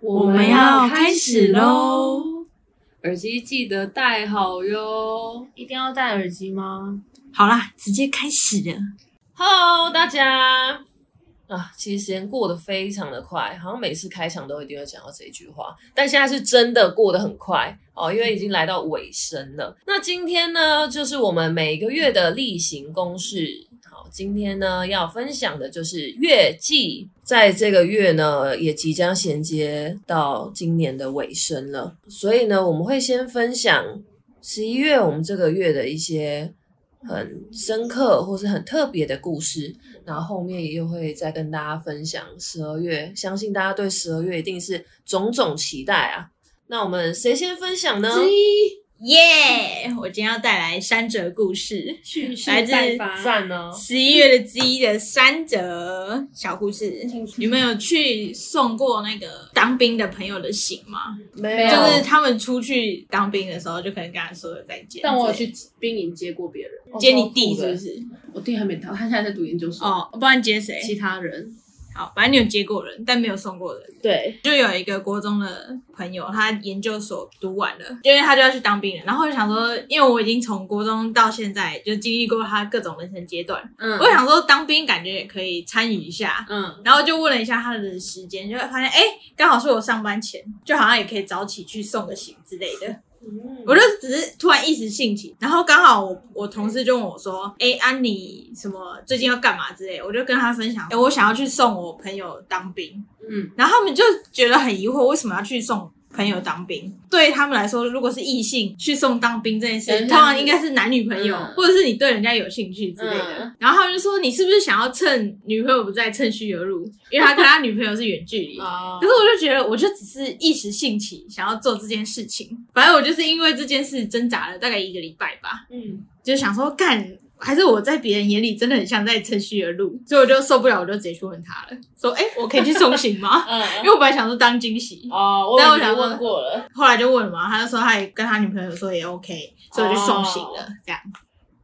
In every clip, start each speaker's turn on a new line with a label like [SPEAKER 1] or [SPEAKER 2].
[SPEAKER 1] 我们要开始喽！
[SPEAKER 2] 耳机记得戴好哟。
[SPEAKER 3] 一定要戴耳机吗
[SPEAKER 1] 好啦，直接开始了。
[SPEAKER 3] ？Hello，大家啊，其实时间过得非常的快，好像每次开场都一定会讲到这一句话，但现在是真的过得很快哦，因为已经来到尾声了。那今天呢，就是我们每个月的例行公事。好，今天呢要分享的就是月季，在这个月呢也即将衔接到今年的尾声了，所以呢我们会先分享十一月我们这个月的一些很深刻或是很特别的故事，然后后面也会再跟大家分享十二月，相信大家对十二月一定是种种期待啊。那我们谁先分享呢？
[SPEAKER 1] 耶！我今天要带来三则故事，
[SPEAKER 2] 蓄势
[SPEAKER 1] 来自
[SPEAKER 2] 待发，
[SPEAKER 3] 赞呢、
[SPEAKER 1] 十一月的之一的三则小故事。你们有去送过那个当兵的朋友的信吗？
[SPEAKER 3] 没
[SPEAKER 2] 有
[SPEAKER 1] 就是他们出去当兵的时候，就可能跟他说了再见。
[SPEAKER 2] 但我有去兵营接过别人，
[SPEAKER 1] 接你弟是不？是？
[SPEAKER 2] 我弟还没到，他现在在读研究所。
[SPEAKER 1] 哦，不然接谁？
[SPEAKER 2] 其他人
[SPEAKER 1] 好，反正你有接过人，但没有送过人。
[SPEAKER 2] 对，
[SPEAKER 1] 就有一个国中的朋友，他研究所读完了，因为他就要去当兵了。然后我就想说，因为我已经从国中到现在就经历过他各种人生阶段，
[SPEAKER 2] 嗯
[SPEAKER 1] 我就想说当兵感觉也可以参与一下。
[SPEAKER 2] 嗯，
[SPEAKER 1] 然后就问了一下他的时间，就发现哎，诶刚好是我上班前，就好像也可以早起去送个行之类的。我就只是突然一时兴起，然后刚好我我同事就问我说：“哎、安妮，什么最近要干嘛之类的？”我就跟他分享，哎、我想要去送我朋友当兵。
[SPEAKER 2] 嗯，
[SPEAKER 1] 然后他们就觉得很疑惑，为什么要去送朋友当兵？对他们来说，如果是异性去送当兵这件事，
[SPEAKER 2] 人
[SPEAKER 1] 通
[SPEAKER 2] 家
[SPEAKER 1] 常应该是男女朋友，
[SPEAKER 2] 嗯
[SPEAKER 1] 或者是你对人家有兴趣之类的。
[SPEAKER 2] 嗯
[SPEAKER 1] 然后他们就说：“你是不是想要趁女朋友不在，趁虚而入？因为他跟他女朋友是远距离。”
[SPEAKER 2] 啊
[SPEAKER 1] 可是我就觉得，我就只是一时兴起想要做这件事情，反正我就是因为这件事挣扎了大概一个礼拜吧，
[SPEAKER 2] 嗯，
[SPEAKER 1] 就想说干，还是我在别人眼里真的很像在趁虚而入，所以我就受不了，我就直接去问他了，说：“哎、我可以去送行吗？”
[SPEAKER 2] 嗯，
[SPEAKER 1] 因为我本来想说当惊喜，
[SPEAKER 2] 哦，我
[SPEAKER 1] 但我
[SPEAKER 2] 已经
[SPEAKER 1] 想说
[SPEAKER 2] 问过了，
[SPEAKER 1] 后来就问了嘛，他就说他也跟他女朋友说也 OK，所以我就送行了，这样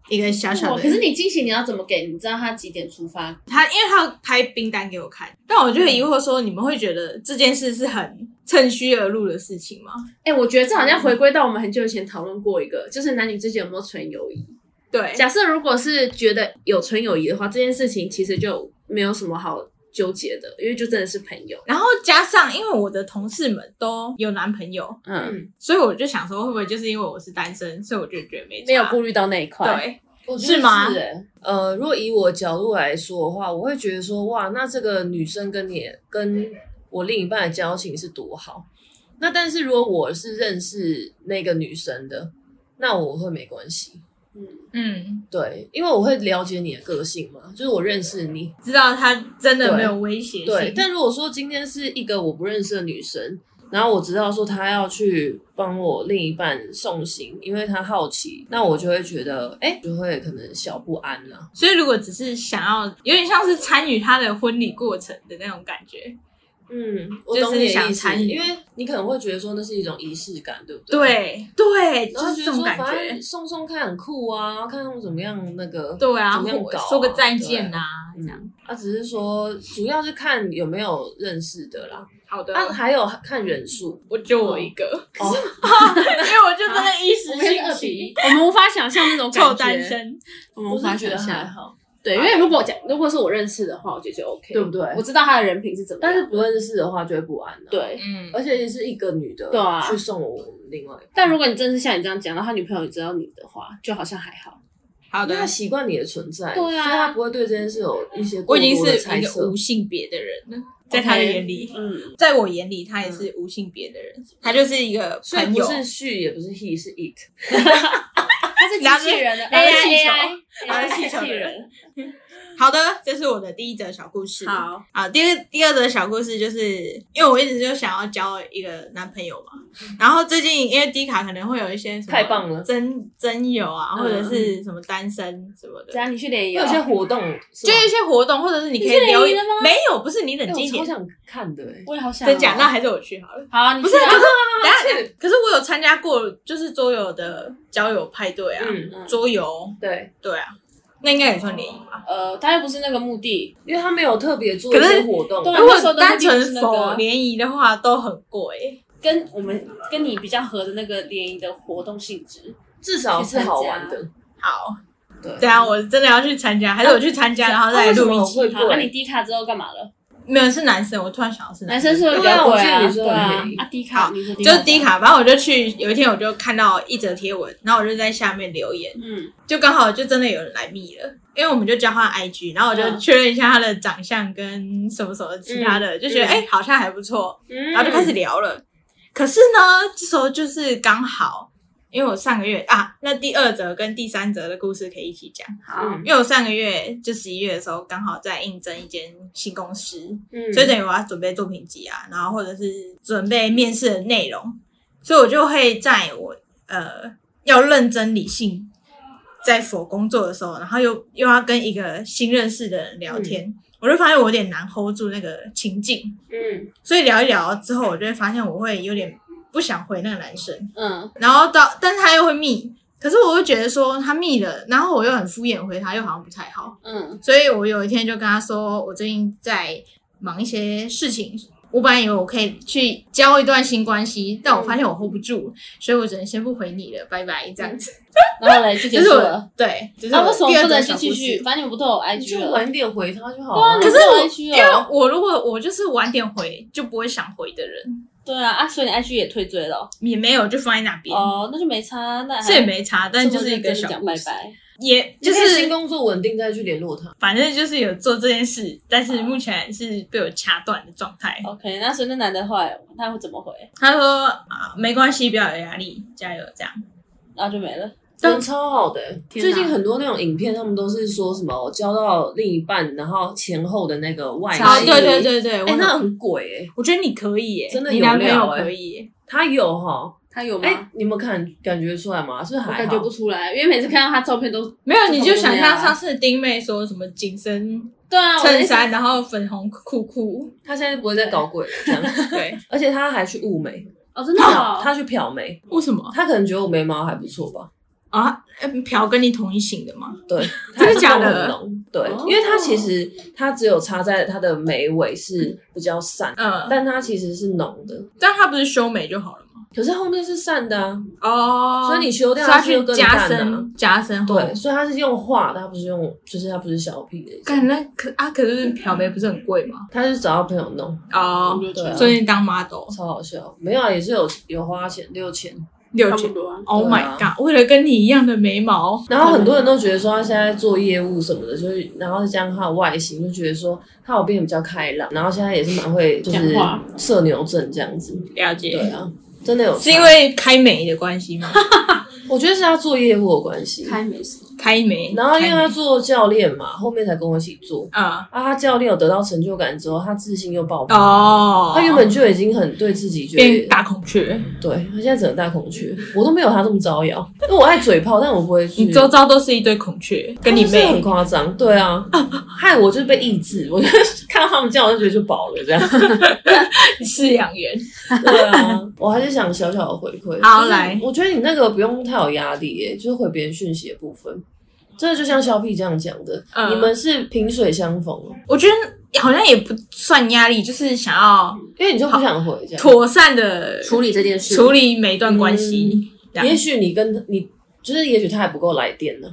[SPEAKER 1] 一个小小
[SPEAKER 2] 哇
[SPEAKER 1] 的。
[SPEAKER 2] 哦可是你惊喜你要怎么给？你知道他几点出发？
[SPEAKER 1] 他因为他有拍冰单给我看，但我就很疑惑说，你们会觉得这件事是很趁虚而入的事情吗？
[SPEAKER 2] 哎，我觉得这好像回归到我们很久以前讨论过一个，就是男女之间有没有纯友谊。
[SPEAKER 1] 对，
[SPEAKER 2] 假设如果是觉得有纯友谊的话，这件事情其实就没有什么好纠结的，因为就真的是朋友。
[SPEAKER 1] 然后加上，因为我的同事们都有男朋友，
[SPEAKER 2] 嗯，
[SPEAKER 1] 所以我就想说，会不会就是因为我是单身，所以我就觉得没差
[SPEAKER 2] 没有顾虑到那一块，
[SPEAKER 1] 对，
[SPEAKER 2] 我觉
[SPEAKER 1] 是
[SPEAKER 2] 得
[SPEAKER 1] 吗
[SPEAKER 2] 是欸
[SPEAKER 3] 呃，如果以我角度来说的话，我会觉得说，哇，那这个女生跟你跟我另一半的交情是多好。那但是如果我是认识那个女生的，那我会没关系，
[SPEAKER 2] 嗯，
[SPEAKER 1] 嗯，
[SPEAKER 3] 对，因为我会了解你的个性嘛，就是我认识你。
[SPEAKER 1] 知道他真的没有威胁性，
[SPEAKER 3] 对，但如果说今天是一个我不认识的女生，然后我知道说她要去帮我另一半送行，因为她好奇，那我就会觉得，哎、就会可能小不安啦、
[SPEAKER 1] 所以如果只是想要，有点像是参与他的婚礼过程的那种感觉，
[SPEAKER 3] 嗯，我
[SPEAKER 1] 就是
[SPEAKER 3] 懂你的
[SPEAKER 1] 想
[SPEAKER 3] 意思，
[SPEAKER 1] 参与
[SPEAKER 3] 因为你可能会觉得说那是一种仪式感，对不对？
[SPEAKER 1] 对对，
[SPEAKER 3] 然
[SPEAKER 1] 就
[SPEAKER 3] 后
[SPEAKER 1] 是这
[SPEAKER 3] 觉得
[SPEAKER 1] 种
[SPEAKER 3] 说
[SPEAKER 1] 感
[SPEAKER 3] 反
[SPEAKER 1] 觉
[SPEAKER 3] 正，送送看很酷啊，看他们怎么样那个。
[SPEAKER 1] 对啊，
[SPEAKER 3] 怎么样
[SPEAKER 1] 或
[SPEAKER 3] 搞啊
[SPEAKER 1] 说个再见呐、
[SPEAKER 3] 对
[SPEAKER 1] 这样，
[SPEAKER 3] 啊，只是说主要是看有没有认识的啦，
[SPEAKER 1] 好的
[SPEAKER 3] 啊，还有看人数。
[SPEAKER 1] 我就我一个，
[SPEAKER 3] 哦，
[SPEAKER 1] 因为我就真的一时
[SPEAKER 2] 我 们是
[SPEAKER 1] 兴
[SPEAKER 2] 二比
[SPEAKER 1] 起
[SPEAKER 2] 一，我们无法想象那种感觉，
[SPEAKER 1] 凑单，身，
[SPEAKER 2] 我们无法想
[SPEAKER 3] 觉得还
[SPEAKER 2] 象。
[SPEAKER 3] 好，
[SPEAKER 2] 对，因为如果讲如果是我认识的话，我觉得就 OK，
[SPEAKER 3] 对不对
[SPEAKER 2] 我知道他的人品是怎么
[SPEAKER 3] 但
[SPEAKER 2] 样
[SPEAKER 3] 是
[SPEAKER 2] 的，
[SPEAKER 3] 不认识的话就会不安了。，啊
[SPEAKER 2] 对。
[SPEAKER 1] 嗯
[SPEAKER 3] 而且是一个女的，
[SPEAKER 2] 对啊
[SPEAKER 3] 去送我另外一个，
[SPEAKER 2] 但如果你真的是像你这样讲，然后他女朋友也知道你的话，就好像还好。
[SPEAKER 1] 好
[SPEAKER 3] 因为她习惯你的存在，
[SPEAKER 2] 对啊
[SPEAKER 3] 所以她不会对这件事有一些
[SPEAKER 1] 我
[SPEAKER 3] 过
[SPEAKER 1] 已经
[SPEAKER 3] 多的
[SPEAKER 1] 是
[SPEAKER 3] 猜
[SPEAKER 1] 一
[SPEAKER 3] 测
[SPEAKER 1] 个。无性别的人了，在他的眼里。嗯
[SPEAKER 2] 嗯，
[SPEAKER 1] 在我眼里，他也是无性别的人，他就是一个
[SPEAKER 3] 所以
[SPEAKER 1] 朋
[SPEAKER 3] 不
[SPEAKER 1] 友，
[SPEAKER 3] 是 she 也不是 he 是 it，
[SPEAKER 2] 他是机器人的
[SPEAKER 1] 拿着
[SPEAKER 2] AI，
[SPEAKER 1] 拿着
[SPEAKER 2] 机
[SPEAKER 1] 气球
[SPEAKER 2] 器 人。
[SPEAKER 1] 好的，这是我的第一则小故事。，
[SPEAKER 2] 好，
[SPEAKER 1] 啊，第二第二则小故事就是，因为我一直就想要交一个男朋友嘛，然后最近因为低卡可能会有一些什么
[SPEAKER 3] 太棒了
[SPEAKER 1] 真真友啊，
[SPEAKER 2] 嗯
[SPEAKER 1] 或者是什么单身什么的
[SPEAKER 2] 只，要你去联谊哦，
[SPEAKER 3] 有些活动是
[SPEAKER 1] 啊就
[SPEAKER 3] 吗
[SPEAKER 1] 一些活动，或者是你可哎以
[SPEAKER 2] 你是
[SPEAKER 1] 留
[SPEAKER 2] 联谊
[SPEAKER 1] 言
[SPEAKER 2] 了吗，
[SPEAKER 1] 没有，不是你冷静一
[SPEAKER 3] 欸我超
[SPEAKER 1] 点，
[SPEAKER 3] 想看的欸
[SPEAKER 2] 我也好想哦
[SPEAKER 1] 真假？那还是我去好了。
[SPEAKER 2] 好，你
[SPEAKER 1] 不
[SPEAKER 2] 去
[SPEAKER 1] 是，可
[SPEAKER 2] 啊
[SPEAKER 1] 是 等一下等一下，可是我有参加过，就是桌游的交友派对啊，
[SPEAKER 3] 嗯
[SPEAKER 2] 嗯
[SPEAKER 1] 桌游，
[SPEAKER 3] 对，
[SPEAKER 1] 对啊，那应该也算联谊吧。
[SPEAKER 4] 呃，他又不是那个目的，
[SPEAKER 3] 因为他没有特别做一
[SPEAKER 1] 可
[SPEAKER 3] 些
[SPEAKER 1] 是
[SPEAKER 3] 活动，
[SPEAKER 4] 对
[SPEAKER 1] 如
[SPEAKER 4] 那时
[SPEAKER 1] 果
[SPEAKER 4] 候的目
[SPEAKER 1] 单
[SPEAKER 4] 的就是那个
[SPEAKER 1] 纯否联谊的话，都很贵。
[SPEAKER 4] 跟我们跟你比较合的那个联谊的活动性质。
[SPEAKER 3] 至少是好玩的。
[SPEAKER 1] 好，
[SPEAKER 3] 对
[SPEAKER 1] 对啊，我真的要去参加，还是我去参加，然后再来
[SPEAKER 3] 为什
[SPEAKER 1] 录
[SPEAKER 3] 么
[SPEAKER 1] 一集？
[SPEAKER 3] 会
[SPEAKER 4] 好，那、你
[SPEAKER 3] 贵？
[SPEAKER 4] 低卡之后干嘛了？
[SPEAKER 1] 没有，是男生，我突然想到是
[SPEAKER 4] 男
[SPEAKER 1] 男生。
[SPEAKER 4] 生是会比
[SPEAKER 3] 对啊
[SPEAKER 4] 较
[SPEAKER 3] 我
[SPEAKER 4] 贵
[SPEAKER 3] 记得
[SPEAKER 4] 啊，
[SPEAKER 3] 你说
[SPEAKER 4] 对啊
[SPEAKER 3] 很便宜，
[SPEAKER 4] 啊低卡，
[SPEAKER 1] 好
[SPEAKER 4] 你说
[SPEAKER 1] 就是低
[SPEAKER 4] 卡，
[SPEAKER 1] 卡，反正我就去，有一天我就看到一则贴文，然后我就在下面留言，
[SPEAKER 4] 嗯，
[SPEAKER 1] 就刚好就真的有人来密了，因为我们就交换 IG，然后我
[SPEAKER 3] 嗯
[SPEAKER 1] 就确认一下他的长相跟什么什么其他的，就觉得
[SPEAKER 3] 嗯
[SPEAKER 1] 哎、好像还不错，
[SPEAKER 4] 然
[SPEAKER 1] 然后就开始聊了。可是呢，这时候就是刚好，因为我上个月啊，那第二则跟第三则的故事可以一起讲，
[SPEAKER 3] 嗯
[SPEAKER 4] 好，
[SPEAKER 1] 因为我上个月就十一月的时候刚好在应征一间新公司，
[SPEAKER 3] 嗯
[SPEAKER 1] 所以等于我要准备作品集啊，然后或者是准备面试的内容，所以我就会在我呃要认真理性在否工作的时候，然后又又要跟一个新认识的人聊天，我就发现我有点难 hold 住那个情境，
[SPEAKER 3] 嗯，
[SPEAKER 1] 所以聊一聊之后，我就会发现我会有点不想回那个男生，
[SPEAKER 4] 嗯，
[SPEAKER 1] 然后到但是他又会密，可是我又觉得说他密了，然后我又很敷衍回他，又好像不太好。
[SPEAKER 4] 嗯，
[SPEAKER 1] 所以我有一天就跟他说，我最近在忙一些事情。我本来以为我可以去交一段新关系，但我发现我 hold 不住，所以我只能先不回你了，拜拜，这样子。
[SPEAKER 4] 然后嘞就
[SPEAKER 1] 就
[SPEAKER 4] 嗯结
[SPEAKER 1] 是
[SPEAKER 4] 束
[SPEAKER 1] 我
[SPEAKER 4] 了。
[SPEAKER 1] 对，就是
[SPEAKER 4] 那、
[SPEAKER 1] 我
[SPEAKER 4] 为什么
[SPEAKER 1] 第二
[SPEAKER 4] 不能
[SPEAKER 1] 则
[SPEAKER 4] 就
[SPEAKER 1] 小
[SPEAKER 4] 继
[SPEAKER 1] 故
[SPEAKER 4] 续？
[SPEAKER 1] 事？
[SPEAKER 4] 反正你们不都有
[SPEAKER 3] 你
[SPEAKER 4] IG
[SPEAKER 3] 就
[SPEAKER 4] 了？
[SPEAKER 3] 晚点回他就好
[SPEAKER 4] 对啊，
[SPEAKER 3] 了。
[SPEAKER 4] 你
[SPEAKER 1] 可
[SPEAKER 4] 们
[SPEAKER 1] 是
[SPEAKER 4] 都有
[SPEAKER 1] 我
[SPEAKER 4] IG
[SPEAKER 1] 因为
[SPEAKER 4] 了。
[SPEAKER 1] 我如果我就是晚点回，就不会想回的人，
[SPEAKER 4] 对啊，啊，所以你 IG 也退追了哦。
[SPEAKER 1] 也没有就放在那边，
[SPEAKER 4] 哦，那就没差，那还
[SPEAKER 1] 这也没差，但就是一个
[SPEAKER 4] 这么认真地
[SPEAKER 1] 小
[SPEAKER 4] 讲
[SPEAKER 1] 故
[SPEAKER 4] 拜
[SPEAKER 1] 事，
[SPEAKER 4] 拜。
[SPEAKER 1] 也就
[SPEAKER 3] 就是是新工作稳定再去联络他。
[SPEAKER 1] 反正就是有做这件事，但是目前是被我掐断的状态。
[SPEAKER 4] OK，那所以那男的后来他会怎么回？
[SPEAKER 1] 他说啊，没关系，不要有压力，加油，这样。
[SPEAKER 4] 然后就没了。
[SPEAKER 3] 人超好的欸、
[SPEAKER 2] 天
[SPEAKER 3] 最
[SPEAKER 2] 哪
[SPEAKER 3] 近很多那种影片，他们都是说什么交到另一半，然后前后的那个外
[SPEAKER 2] 啊
[SPEAKER 1] 啊，
[SPEAKER 3] 形，
[SPEAKER 1] 对对，对对，
[SPEAKER 3] 哎、
[SPEAKER 1] 我
[SPEAKER 3] 那很鬼哎、
[SPEAKER 1] 我觉得你可以耶，
[SPEAKER 3] 真的
[SPEAKER 1] 你
[SPEAKER 3] 有
[SPEAKER 1] 男朋
[SPEAKER 3] 料
[SPEAKER 1] 友
[SPEAKER 3] 哎
[SPEAKER 1] 可以耶，
[SPEAKER 3] 他有哈，
[SPEAKER 4] 他有
[SPEAKER 3] 哎、你们看感觉出来吗？是不是
[SPEAKER 4] 我
[SPEAKER 3] 还好
[SPEAKER 4] 感觉不出来，因为每次看到他照片都
[SPEAKER 1] 没有
[SPEAKER 4] 这
[SPEAKER 1] 你
[SPEAKER 4] 好
[SPEAKER 1] 就
[SPEAKER 4] 无
[SPEAKER 1] 想
[SPEAKER 4] 聊
[SPEAKER 1] 象
[SPEAKER 4] 啊
[SPEAKER 1] 上次丁妹说什么紧身
[SPEAKER 4] 对啊，我
[SPEAKER 1] 衬
[SPEAKER 4] 在
[SPEAKER 1] 衫，然后粉红裤 裤，
[SPEAKER 3] 他现在不会再搞鬼了，这样
[SPEAKER 1] 对，
[SPEAKER 3] 而且他还去雾眉，
[SPEAKER 4] 哦，真的、哦，
[SPEAKER 3] 他去漂眉，
[SPEAKER 1] 为什么
[SPEAKER 3] 他可能觉得我眉毛还不错吧？
[SPEAKER 1] 啊？呃朴跟你同一型的吗？
[SPEAKER 3] 对，
[SPEAKER 1] 真的假的
[SPEAKER 3] 他还是弄很浓？对
[SPEAKER 4] 哦，
[SPEAKER 3] 因为他其实他只有插在他的眉尾是比较散，
[SPEAKER 1] 嗯，但
[SPEAKER 3] 但他其实是浓的，
[SPEAKER 1] 但他不是修眉就好了吗？
[SPEAKER 3] 可是后面是散的啊，
[SPEAKER 1] 哦
[SPEAKER 3] 所以你修掉
[SPEAKER 1] 他
[SPEAKER 3] 是
[SPEAKER 1] 去
[SPEAKER 3] 更
[SPEAKER 1] 加
[SPEAKER 3] 淡啊。
[SPEAKER 1] 深加深后，
[SPEAKER 3] 对，所以他是用画的，他不是用，就是他不是小屁的意思，
[SPEAKER 1] 干那可啊，可是漂眉不是很贵吗？
[SPEAKER 3] 他是找到朋友弄，
[SPEAKER 1] 哦，
[SPEAKER 3] 对啊
[SPEAKER 1] 所以你当 model
[SPEAKER 3] 超好笑。没有啊，也是有有花钱六千，
[SPEAKER 1] 六
[SPEAKER 4] 差不
[SPEAKER 1] 千
[SPEAKER 4] 多啊。
[SPEAKER 1] ，Oh
[SPEAKER 3] 对
[SPEAKER 1] my
[SPEAKER 3] 啊
[SPEAKER 1] god！为了跟你一样的眉毛，
[SPEAKER 3] 然后很多人都觉得说他现在做业务什么的，就是然后再加上他的外形，就觉得说他有变得比较开朗，然后现在也是蛮会就是
[SPEAKER 4] 讲话
[SPEAKER 3] 社牛症这样子。
[SPEAKER 1] 了
[SPEAKER 3] 对
[SPEAKER 1] 解，
[SPEAKER 3] 啊，真的有差
[SPEAKER 1] 是因为开眉的关系吗？
[SPEAKER 3] 我觉得是他做业务的关系，
[SPEAKER 4] 开没事，
[SPEAKER 1] 开眉，
[SPEAKER 3] 然后因为
[SPEAKER 1] 开眉
[SPEAKER 3] 他做教练嘛，后面才跟我一起做。
[SPEAKER 1] 啊、
[SPEAKER 3] 啊，他教练有得到成就感之后，他自信又爆棚。
[SPEAKER 1] 哦，
[SPEAKER 3] 他原本就已经很对自己觉
[SPEAKER 1] 变
[SPEAKER 3] 得，嗯
[SPEAKER 1] 大孔雀，
[SPEAKER 3] 对他现在整个大孔雀，我都没有他这么招摇。因为我爱嘴炮，但我不会去。
[SPEAKER 1] 你周遭都是一堆孔雀，跟你
[SPEAKER 3] 他就是很
[SPEAKER 1] 妹，
[SPEAKER 3] 夸张，对啊，害我就是被抑制，我就看到他们这样，我就觉得就饱了这样。
[SPEAKER 1] 饲养员，
[SPEAKER 3] 对啊， 我还是想小小的回馈。
[SPEAKER 1] 好
[SPEAKER 3] 就是
[SPEAKER 1] 来
[SPEAKER 3] 我觉得你那个不用太有压力耶，就是回别人讯息的部分，真的就像肖屁这样讲的，
[SPEAKER 1] 嗯
[SPEAKER 3] 你们是萍水相逢，
[SPEAKER 1] 我觉得好像也不算压力，就是想要
[SPEAKER 3] 因为你就不想回这样。
[SPEAKER 1] 妥善的
[SPEAKER 2] 处理这件事，
[SPEAKER 1] 处理每一段关系，这样
[SPEAKER 3] 也许你跟你就是，也许他还不够来电呢。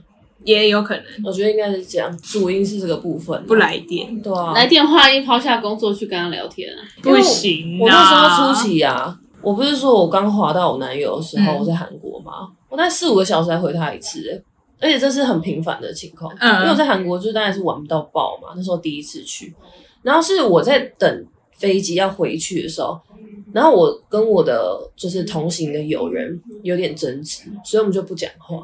[SPEAKER 1] 也有可能
[SPEAKER 3] 我觉得应该是这样，主因是这个部分，
[SPEAKER 1] 不。来电，
[SPEAKER 3] 对啊，
[SPEAKER 4] 来电话一抛下工作去跟他聊天啊。
[SPEAKER 3] 因为
[SPEAKER 1] 不行、啊，
[SPEAKER 3] 我那时候初期啊，我不是说我刚滑到我男友的时候，
[SPEAKER 1] 嗯
[SPEAKER 3] 我在韩国嘛，我大概四五个小时才回他一次、欸而且这是很频繁的情况，
[SPEAKER 1] 嗯
[SPEAKER 3] 因为我在韩国就当然是玩不到爆嘛，那时候第一次去，然后是我在等飞机要回去的时候，然后我跟我的就是同行的友人有点争执，所以我们就不讲话，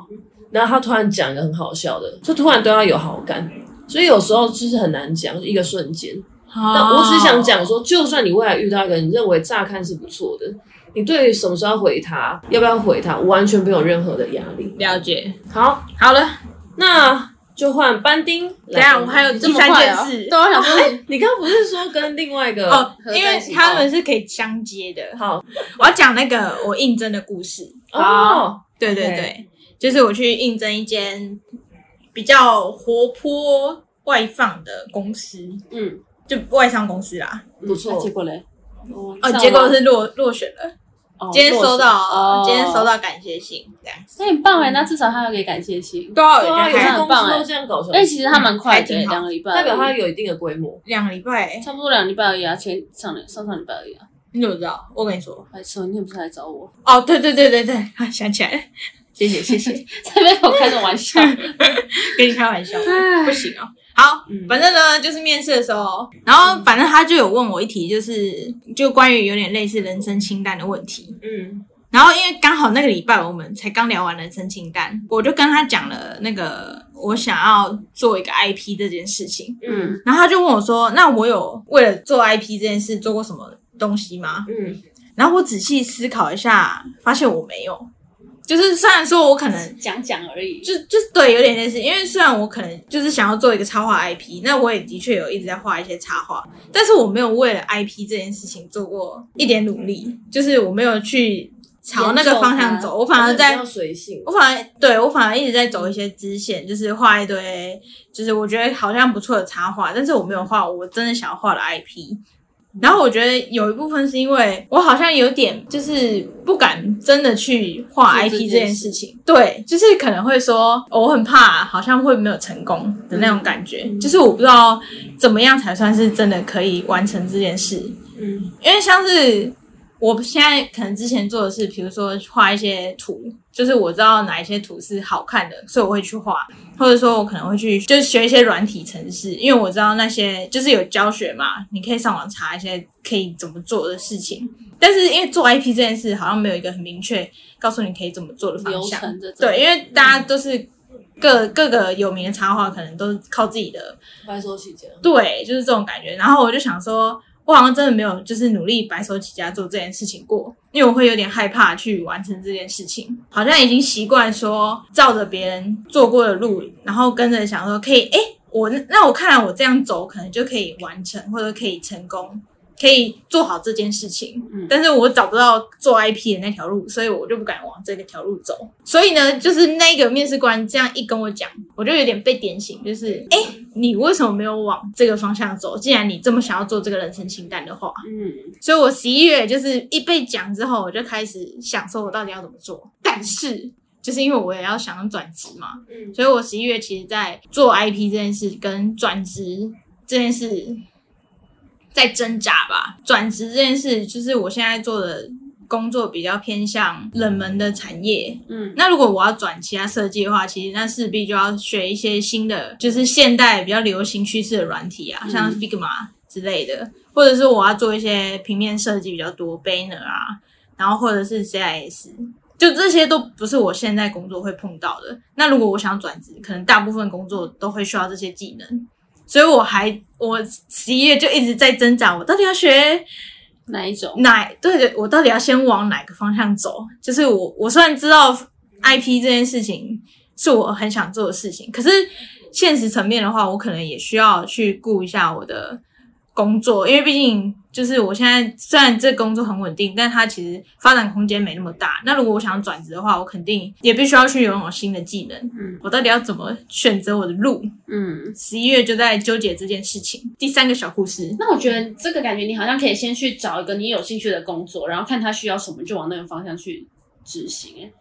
[SPEAKER 3] 然后他突然讲一个很好笑的，就突然对他有好感，所以有时候就是很难讲，一个瞬间。
[SPEAKER 1] 啊，
[SPEAKER 3] 但我只是想讲说，就算你未来遇到一个你认为乍看是不错的，你对于什么时候要回他，要不要回他，完全没有任何的压力。
[SPEAKER 1] 哦了解，
[SPEAKER 3] 好，
[SPEAKER 1] 好了，
[SPEAKER 3] 那就换班丁
[SPEAKER 1] 等
[SPEAKER 3] 来。
[SPEAKER 1] 一下我还有第三件
[SPEAKER 3] 啊
[SPEAKER 1] 事
[SPEAKER 4] 对，我想说，
[SPEAKER 3] 你刚刚不是说跟另外一个
[SPEAKER 1] 哦，
[SPEAKER 4] 合在一
[SPEAKER 1] 因
[SPEAKER 4] 起
[SPEAKER 1] 为他们是可以相接的，
[SPEAKER 3] 好
[SPEAKER 1] 我要讲那个我应征的故事，
[SPEAKER 3] 哦，
[SPEAKER 1] 对对
[SPEAKER 3] OK
[SPEAKER 1] 对就是我去应征一间比较活泼外放的公司，
[SPEAKER 4] 嗯，
[SPEAKER 1] 就外商公司啦。
[SPEAKER 3] 不错
[SPEAKER 4] 那哎结果嘞？
[SPEAKER 1] 哦
[SPEAKER 4] 哦，
[SPEAKER 1] 结果是落落选了。
[SPEAKER 4] 哦
[SPEAKER 1] 今天收到，
[SPEAKER 4] 哦
[SPEAKER 1] 今天收，到感谢信，这样子。
[SPEAKER 4] 那很棒哎，那至少他要给感谢信。
[SPEAKER 1] 对啊，
[SPEAKER 3] 对啊，
[SPEAKER 1] 有
[SPEAKER 3] 有
[SPEAKER 4] 还
[SPEAKER 3] 些
[SPEAKER 1] 还
[SPEAKER 4] 很
[SPEAKER 3] 公
[SPEAKER 4] 棒
[SPEAKER 3] 司
[SPEAKER 4] 哎
[SPEAKER 3] 都这样搞成，
[SPEAKER 4] 但其实他蛮快
[SPEAKER 1] 还
[SPEAKER 4] 的，哎
[SPEAKER 1] 挺好
[SPEAKER 4] 两个礼拜而已，
[SPEAKER 3] 代表它有一定的规模。
[SPEAKER 1] 两个礼拜，
[SPEAKER 4] 差不多两个礼拜而已啊，前上两上上礼拜而已啊。
[SPEAKER 1] 你怎么知道？我跟你说，
[SPEAKER 4] 还前天不是来找我，
[SPEAKER 1] 哦，对对对对对， 啊，想起来了，谢 谢谢谢，
[SPEAKER 4] 在那边跟我开这种玩笑，
[SPEAKER 1] 跟你开玩笑，不行哦。好
[SPEAKER 3] 嗯，
[SPEAKER 1] 反正呢，就是面试的时候，然后反正他就有问我一题，就是就关于有点类似人生清单的问题。
[SPEAKER 3] 嗯，
[SPEAKER 1] 然后因为刚好那个礼拜我们才刚聊完人生清单，我就跟他讲了那个我想要做一个 IP 这件事情，
[SPEAKER 3] 嗯
[SPEAKER 1] 然后他就问我说：“那我有为了做 IP 这件事做过什么东西吗
[SPEAKER 3] 嗯，？”
[SPEAKER 1] 然后我仔细思考一下，发现我没有。就是虽然说我可能
[SPEAKER 4] 讲讲而已。
[SPEAKER 1] 就就对，有点类似，因为虽然我可能就是想要做一个插画 IP，那我也的确有一直在画一些插画，但是我没有为了 IP 这件事情做过一点努力，就是我没有去朝那个方向
[SPEAKER 4] 研究
[SPEAKER 1] 走，我反而
[SPEAKER 3] 比
[SPEAKER 1] 在
[SPEAKER 3] 较。随性
[SPEAKER 1] 我。反而对我反而一直在走一些支线，就是画一堆，就是我觉得好像不错的插画，但是我没有画我真的想要画的 IP。然后我觉得有一部分是因为我好像有点就是不敢真的去画
[SPEAKER 4] 做
[SPEAKER 1] IP
[SPEAKER 4] 这
[SPEAKER 1] 这
[SPEAKER 4] 件
[SPEAKER 1] 件事情，对，就是可能会说、哦我很怕，好像会没有成功的那种感觉，就是我不知道怎么样才算是真的可以完成这件事，
[SPEAKER 3] 嗯
[SPEAKER 1] 因为像是我现在可能之前做的是，比如说画一些图，就是我知道哪一些图是好看的，所以我会去画，或者说我可能会去就是学一些软体程式，因为我知道那些就是有教学嘛，你可以上网查一些可以怎么做的事情。但是因为做 IP 这件事，好像没有一个很明确告诉你可以怎么做的方
[SPEAKER 4] 流
[SPEAKER 1] 向。
[SPEAKER 4] 程这种，
[SPEAKER 1] 对，因为大家都是各各个有名的插画，可能都是靠自己的
[SPEAKER 3] 白手起家。
[SPEAKER 1] 对，就是这种感觉。然后我就想说，我好像真的没有就是努力白手起家做这件事情过，因为我会有点害怕去完成这件事情，好像已经习惯说照着别人做过的路，然后跟着想说可以，诶，我那我看来我这样走可能就可以完成，或者可以成功。可以做好这件事情，
[SPEAKER 4] 嗯
[SPEAKER 1] 但是我找不到做 IP 的那条路，所以我就不敢往这个条路走。所以呢，就是那个面试官这样一跟我讲，我就有点被点醒，就是哎、诶你为什么没有往这个方向走？既然你这么想要做这个人生清单的话，
[SPEAKER 4] 嗯，
[SPEAKER 1] 所以我十一月就是一被讲之后，我就开始想说我到底要怎么做。但是就是因为我也要想要转职嘛，
[SPEAKER 3] 嗯
[SPEAKER 1] 所以我十一月其实在做 IP 这件事跟转职这件事在挣扎吧。转职这件事就是我现在做的工作比较偏向冷门的产业，
[SPEAKER 4] 嗯，
[SPEAKER 1] 那如果我要转其他设计的话，其实那势必就要学一些新的，就是现代比较流行趋势的软体啊，像 Figma 之类的，或者是我要做一些平面设计比较多 banner 啊，然后或者是 CIS，就这些都不是我现在工作会碰到的。那如果我想转职，可能大部分工作都会需要这些技能，所以我还我十一月就一直在挣扎，我到底要学
[SPEAKER 4] 哪一种？
[SPEAKER 1] 哪对对，我到底要先往哪个方向走？就是我我虽然知道 IP 这件事情是我很想做的事情，可是现实层面的话，我可能也需要去顾一下我的工作，因为毕竟就是我现在虽然这工作很稳定，但它其实发展空间没那么大。那如果我想转职的话，我肯定也必须要去拥有新的技能。
[SPEAKER 4] 嗯
[SPEAKER 1] 我到底要怎么选择我的路？
[SPEAKER 4] 嗯，
[SPEAKER 1] 十一月就在纠结这件事情。第三个小故事，
[SPEAKER 4] 那我觉得这个感觉，你好像可以先去找一个你有兴趣的工作，然后看他需要什么，就往那个方向去执行。哎，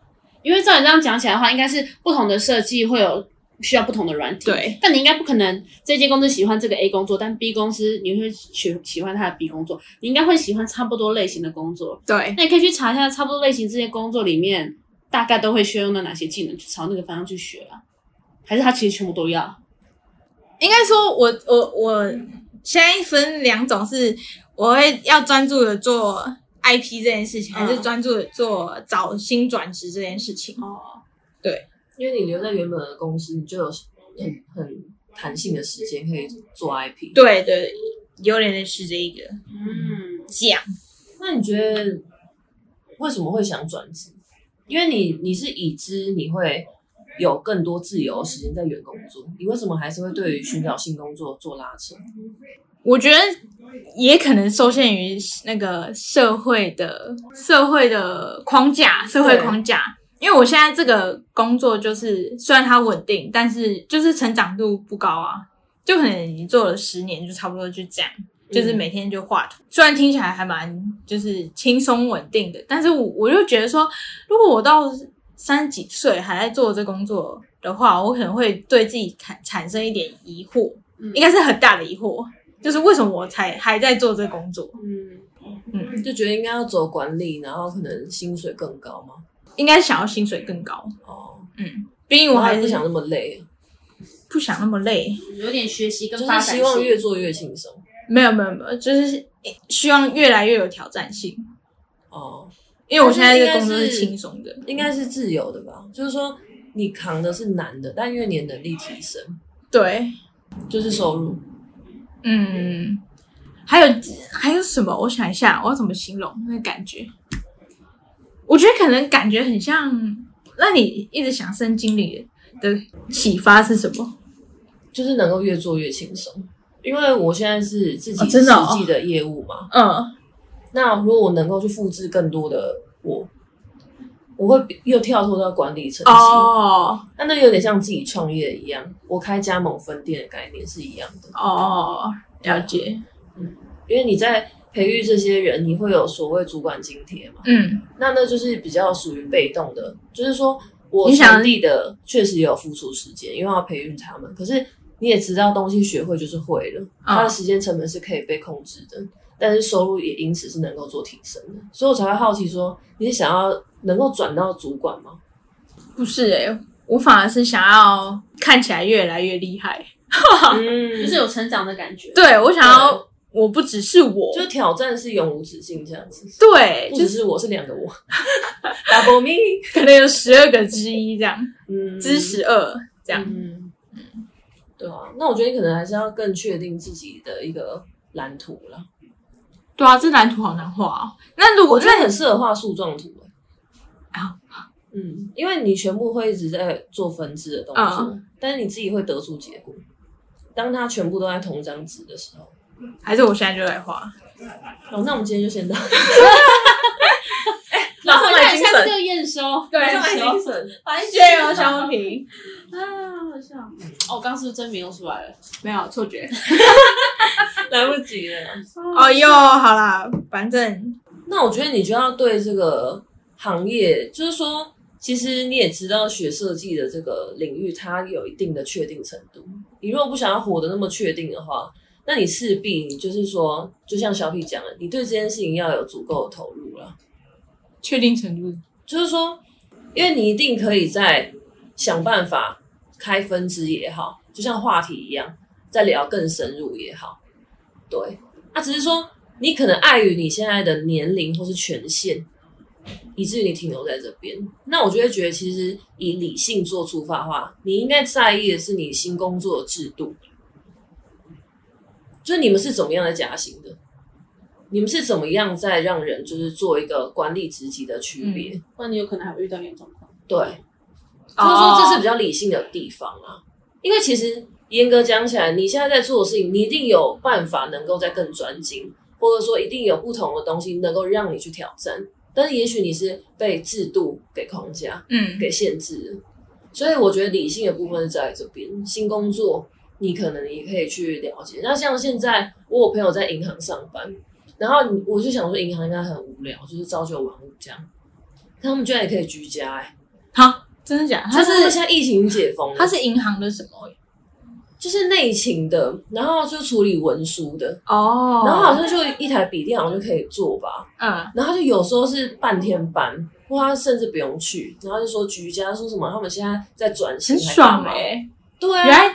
[SPEAKER 4] 因为照你这样讲起来的话，应该是不同的设计会有需要不同的软体。
[SPEAKER 1] 对，
[SPEAKER 4] 但你应该不可能这间公司喜欢这个 A 工作，但 B 公司你会喜喜欢他的 B 工作，你应该会喜欢差不多类型的工作。
[SPEAKER 1] 对
[SPEAKER 4] 那你可以去查一下，差不多类型这些工作里面大概都会需要用到哪些技能，就朝那个方向去学啊。还是他其实全部都要？
[SPEAKER 1] 应该说我，我我现在分两种是，我会要专注的做 IP 这件事情，还是
[SPEAKER 4] 嗯
[SPEAKER 1] 专注的做找新转职这件事情。
[SPEAKER 4] 哦，
[SPEAKER 3] 因为你留在原本的公司，你就有很很弹性的时间可以做 IP。
[SPEAKER 1] 对对，有点类似这一个
[SPEAKER 4] 嗯。
[SPEAKER 1] 讲。
[SPEAKER 3] 那你觉得为什么会想转职？因为你你是已知你会有更多自由的时间在原工作，你为什么还是会对于寻找新工作做拉扯？
[SPEAKER 1] 我觉得也可能受限于那个社会的社会的框架，社会框架。因因为我现在这个工作就是虽然它稳定，但是就是成长度不高啊，就可能你做了十年就差不多就这样，就是每天就画图。虽然听起来还蛮就是轻松稳定的，但是我我就觉得说，如果我到三十几岁还在做这工作的话，我可能会对自己产产生一点疑惑，
[SPEAKER 4] 嗯
[SPEAKER 1] 应该是很大的疑惑，就是为什么我才还在做这工作？
[SPEAKER 4] 嗯，
[SPEAKER 3] 就觉得应该要走管理，然后可能薪水更高吗？
[SPEAKER 1] 应该想要薪水更高，
[SPEAKER 3] 哦，
[SPEAKER 1] 嗯，毕竟
[SPEAKER 3] 因为
[SPEAKER 1] 我
[SPEAKER 3] 我还
[SPEAKER 1] 还
[SPEAKER 3] 不
[SPEAKER 1] 是
[SPEAKER 3] 想那么累，
[SPEAKER 1] 不想那么累。
[SPEAKER 4] 有点学习跟
[SPEAKER 3] 就
[SPEAKER 4] 发
[SPEAKER 3] 是
[SPEAKER 4] 展
[SPEAKER 3] 希望
[SPEAKER 4] 性
[SPEAKER 3] 越做越轻松。
[SPEAKER 1] 没有没有没有，就是希望越来越有挑战性，
[SPEAKER 3] 哦，
[SPEAKER 1] 因为我现在这个工作
[SPEAKER 3] 但是应
[SPEAKER 1] 是
[SPEAKER 3] 该是
[SPEAKER 1] 轻松的，
[SPEAKER 3] 应该是自由的吧？就是说你扛的是难的，但因为你的能力提升，
[SPEAKER 1] 对，
[SPEAKER 3] 就是收入。
[SPEAKER 1] 嗯，还有还有什么？我想一下，我要怎么形容那个感觉？我觉得可能感觉很像，那你一直想升经理的启发是什么？
[SPEAKER 3] 就是能够越做越轻松。因为我现在是自己
[SPEAKER 1] 哦真的哦
[SPEAKER 3] 实际的业务嘛，
[SPEAKER 1] 嗯，
[SPEAKER 3] 那如果我能够去复制更多的我，我会比又跳脱到管理层级，
[SPEAKER 1] 哦
[SPEAKER 3] 那那有点像自己创业一样。我开加盟分店的概念是一样的，
[SPEAKER 1] 哦，了解，
[SPEAKER 3] 因为你在培育这些人，你会有所谓主管津贴嘛，
[SPEAKER 1] 嗯
[SPEAKER 3] 那那就是比较属于被动的，就是说我
[SPEAKER 1] 你想
[SPEAKER 3] 成立的确实也有付出时间，因为要培育他们。可是你也知道，东西学会就是会了，
[SPEAKER 1] 哦
[SPEAKER 3] 它的时间成本是可以被控制的，但是收入也因此是能够做提升的。所以我才会好奇说，你是想要能够转到主管 吗？
[SPEAKER 1] 不是诶、我反而是想要看起来越来越厉害，
[SPEAKER 3] 嗯，
[SPEAKER 4] 就是有成长的感觉。，
[SPEAKER 1] 对我想要，我不只是我，
[SPEAKER 3] 就挑战是永无止境这样子，
[SPEAKER 1] 对，
[SPEAKER 3] 不
[SPEAKER 1] 就
[SPEAKER 3] 只
[SPEAKER 1] 是
[SPEAKER 3] 是我是 两个我 ，double me，
[SPEAKER 1] 可能有十二个之一这样，
[SPEAKER 3] 嗯，
[SPEAKER 1] 之十二这样，
[SPEAKER 3] 嗯，对啊，那我觉得你可能还是要更确定自己的一个蓝图了。
[SPEAKER 1] 对啊，这蓝图好难画哦。那如果
[SPEAKER 3] 我觉得
[SPEAKER 1] 那
[SPEAKER 3] 很适合画树状图、欸。
[SPEAKER 1] 啊，
[SPEAKER 3] 嗯，因为你全部会一直在做分支的动作，但是你自己会得出结果。当它全部都在同一张纸的时候，
[SPEAKER 1] 还是我现在就来画，
[SPEAKER 3] 哦，那我们今天就先到。
[SPEAKER 4] 然后
[SPEAKER 3] 马上来
[SPEAKER 4] 看一
[SPEAKER 3] 精
[SPEAKER 4] 下这
[SPEAKER 3] 神，
[SPEAKER 4] 个验收，
[SPEAKER 1] 对
[SPEAKER 4] 验
[SPEAKER 3] 马上来
[SPEAKER 4] 收
[SPEAKER 3] 精神。
[SPEAKER 4] 烦
[SPEAKER 1] 谢谢哦，小红瓶，
[SPEAKER 4] 啊，好笑。哦，我刚是不是真没用出来了？
[SPEAKER 1] 没有错觉。
[SPEAKER 3] 来不及了。
[SPEAKER 1] 哦哟，好啦，反正
[SPEAKER 3] 那我觉得你就要对这个行业，就是说，其实你也知道学设计的这个领域，它有一定的确定程度。你如果不想要活得那么确定的话，那你势必就是说，就像小 P 讲的，你对这件事情要有足够的投入了。
[SPEAKER 1] 确定程度，
[SPEAKER 3] 就是说，因为你一定可以在想办法开分支也好，就像话题一样，再聊更深入也好，对，那、只是说你可能碍于你现在的年龄或是权限，以至于你停留在这边，那我就会觉得，其实以理性做出发的话，你应该在意的是你新工作的制度，就是你们是怎么样的加薪的。你们是怎么样在让人就是做一个管理职级的区别？
[SPEAKER 4] 不然你有可能还会遇到严重况。
[SPEAKER 3] 对，
[SPEAKER 1] 哦
[SPEAKER 3] 就是说这是比较理性的地方啊。因为其实严格讲起来，你现在在做的事情，你一定有办法能够再更专精，或者说一定有不同的东西能够让你去挑战。但是也许你是被制度给框架，
[SPEAKER 1] 嗯，
[SPEAKER 3] 给限制了。所以我觉得理性的部分是在这边，新工作你可能也可以去了解。那像现在我有朋友在银行上班，然后你我就想说银行应该很无聊，就是朝九晚五这样。但他们居然也可以居家、欸，
[SPEAKER 1] 好，真的假的？
[SPEAKER 3] 就
[SPEAKER 1] 他
[SPEAKER 3] 是他们
[SPEAKER 1] 是
[SPEAKER 3] 现在疫情解封了，
[SPEAKER 1] 他是银行的什么？
[SPEAKER 3] 就是内勤的，然后就处理文书的，
[SPEAKER 1] 哦
[SPEAKER 3] 然后好像就一台笔电好像就可以做吧，
[SPEAKER 1] 嗯，
[SPEAKER 3] 然后他就有时候是半天班，或他甚至不用去，然后他就说居家说什么他们现在在转型，
[SPEAKER 1] 很爽
[SPEAKER 3] 哎、
[SPEAKER 1] 哎，
[SPEAKER 3] 对
[SPEAKER 1] 原
[SPEAKER 3] 啊，
[SPEAKER 1] 来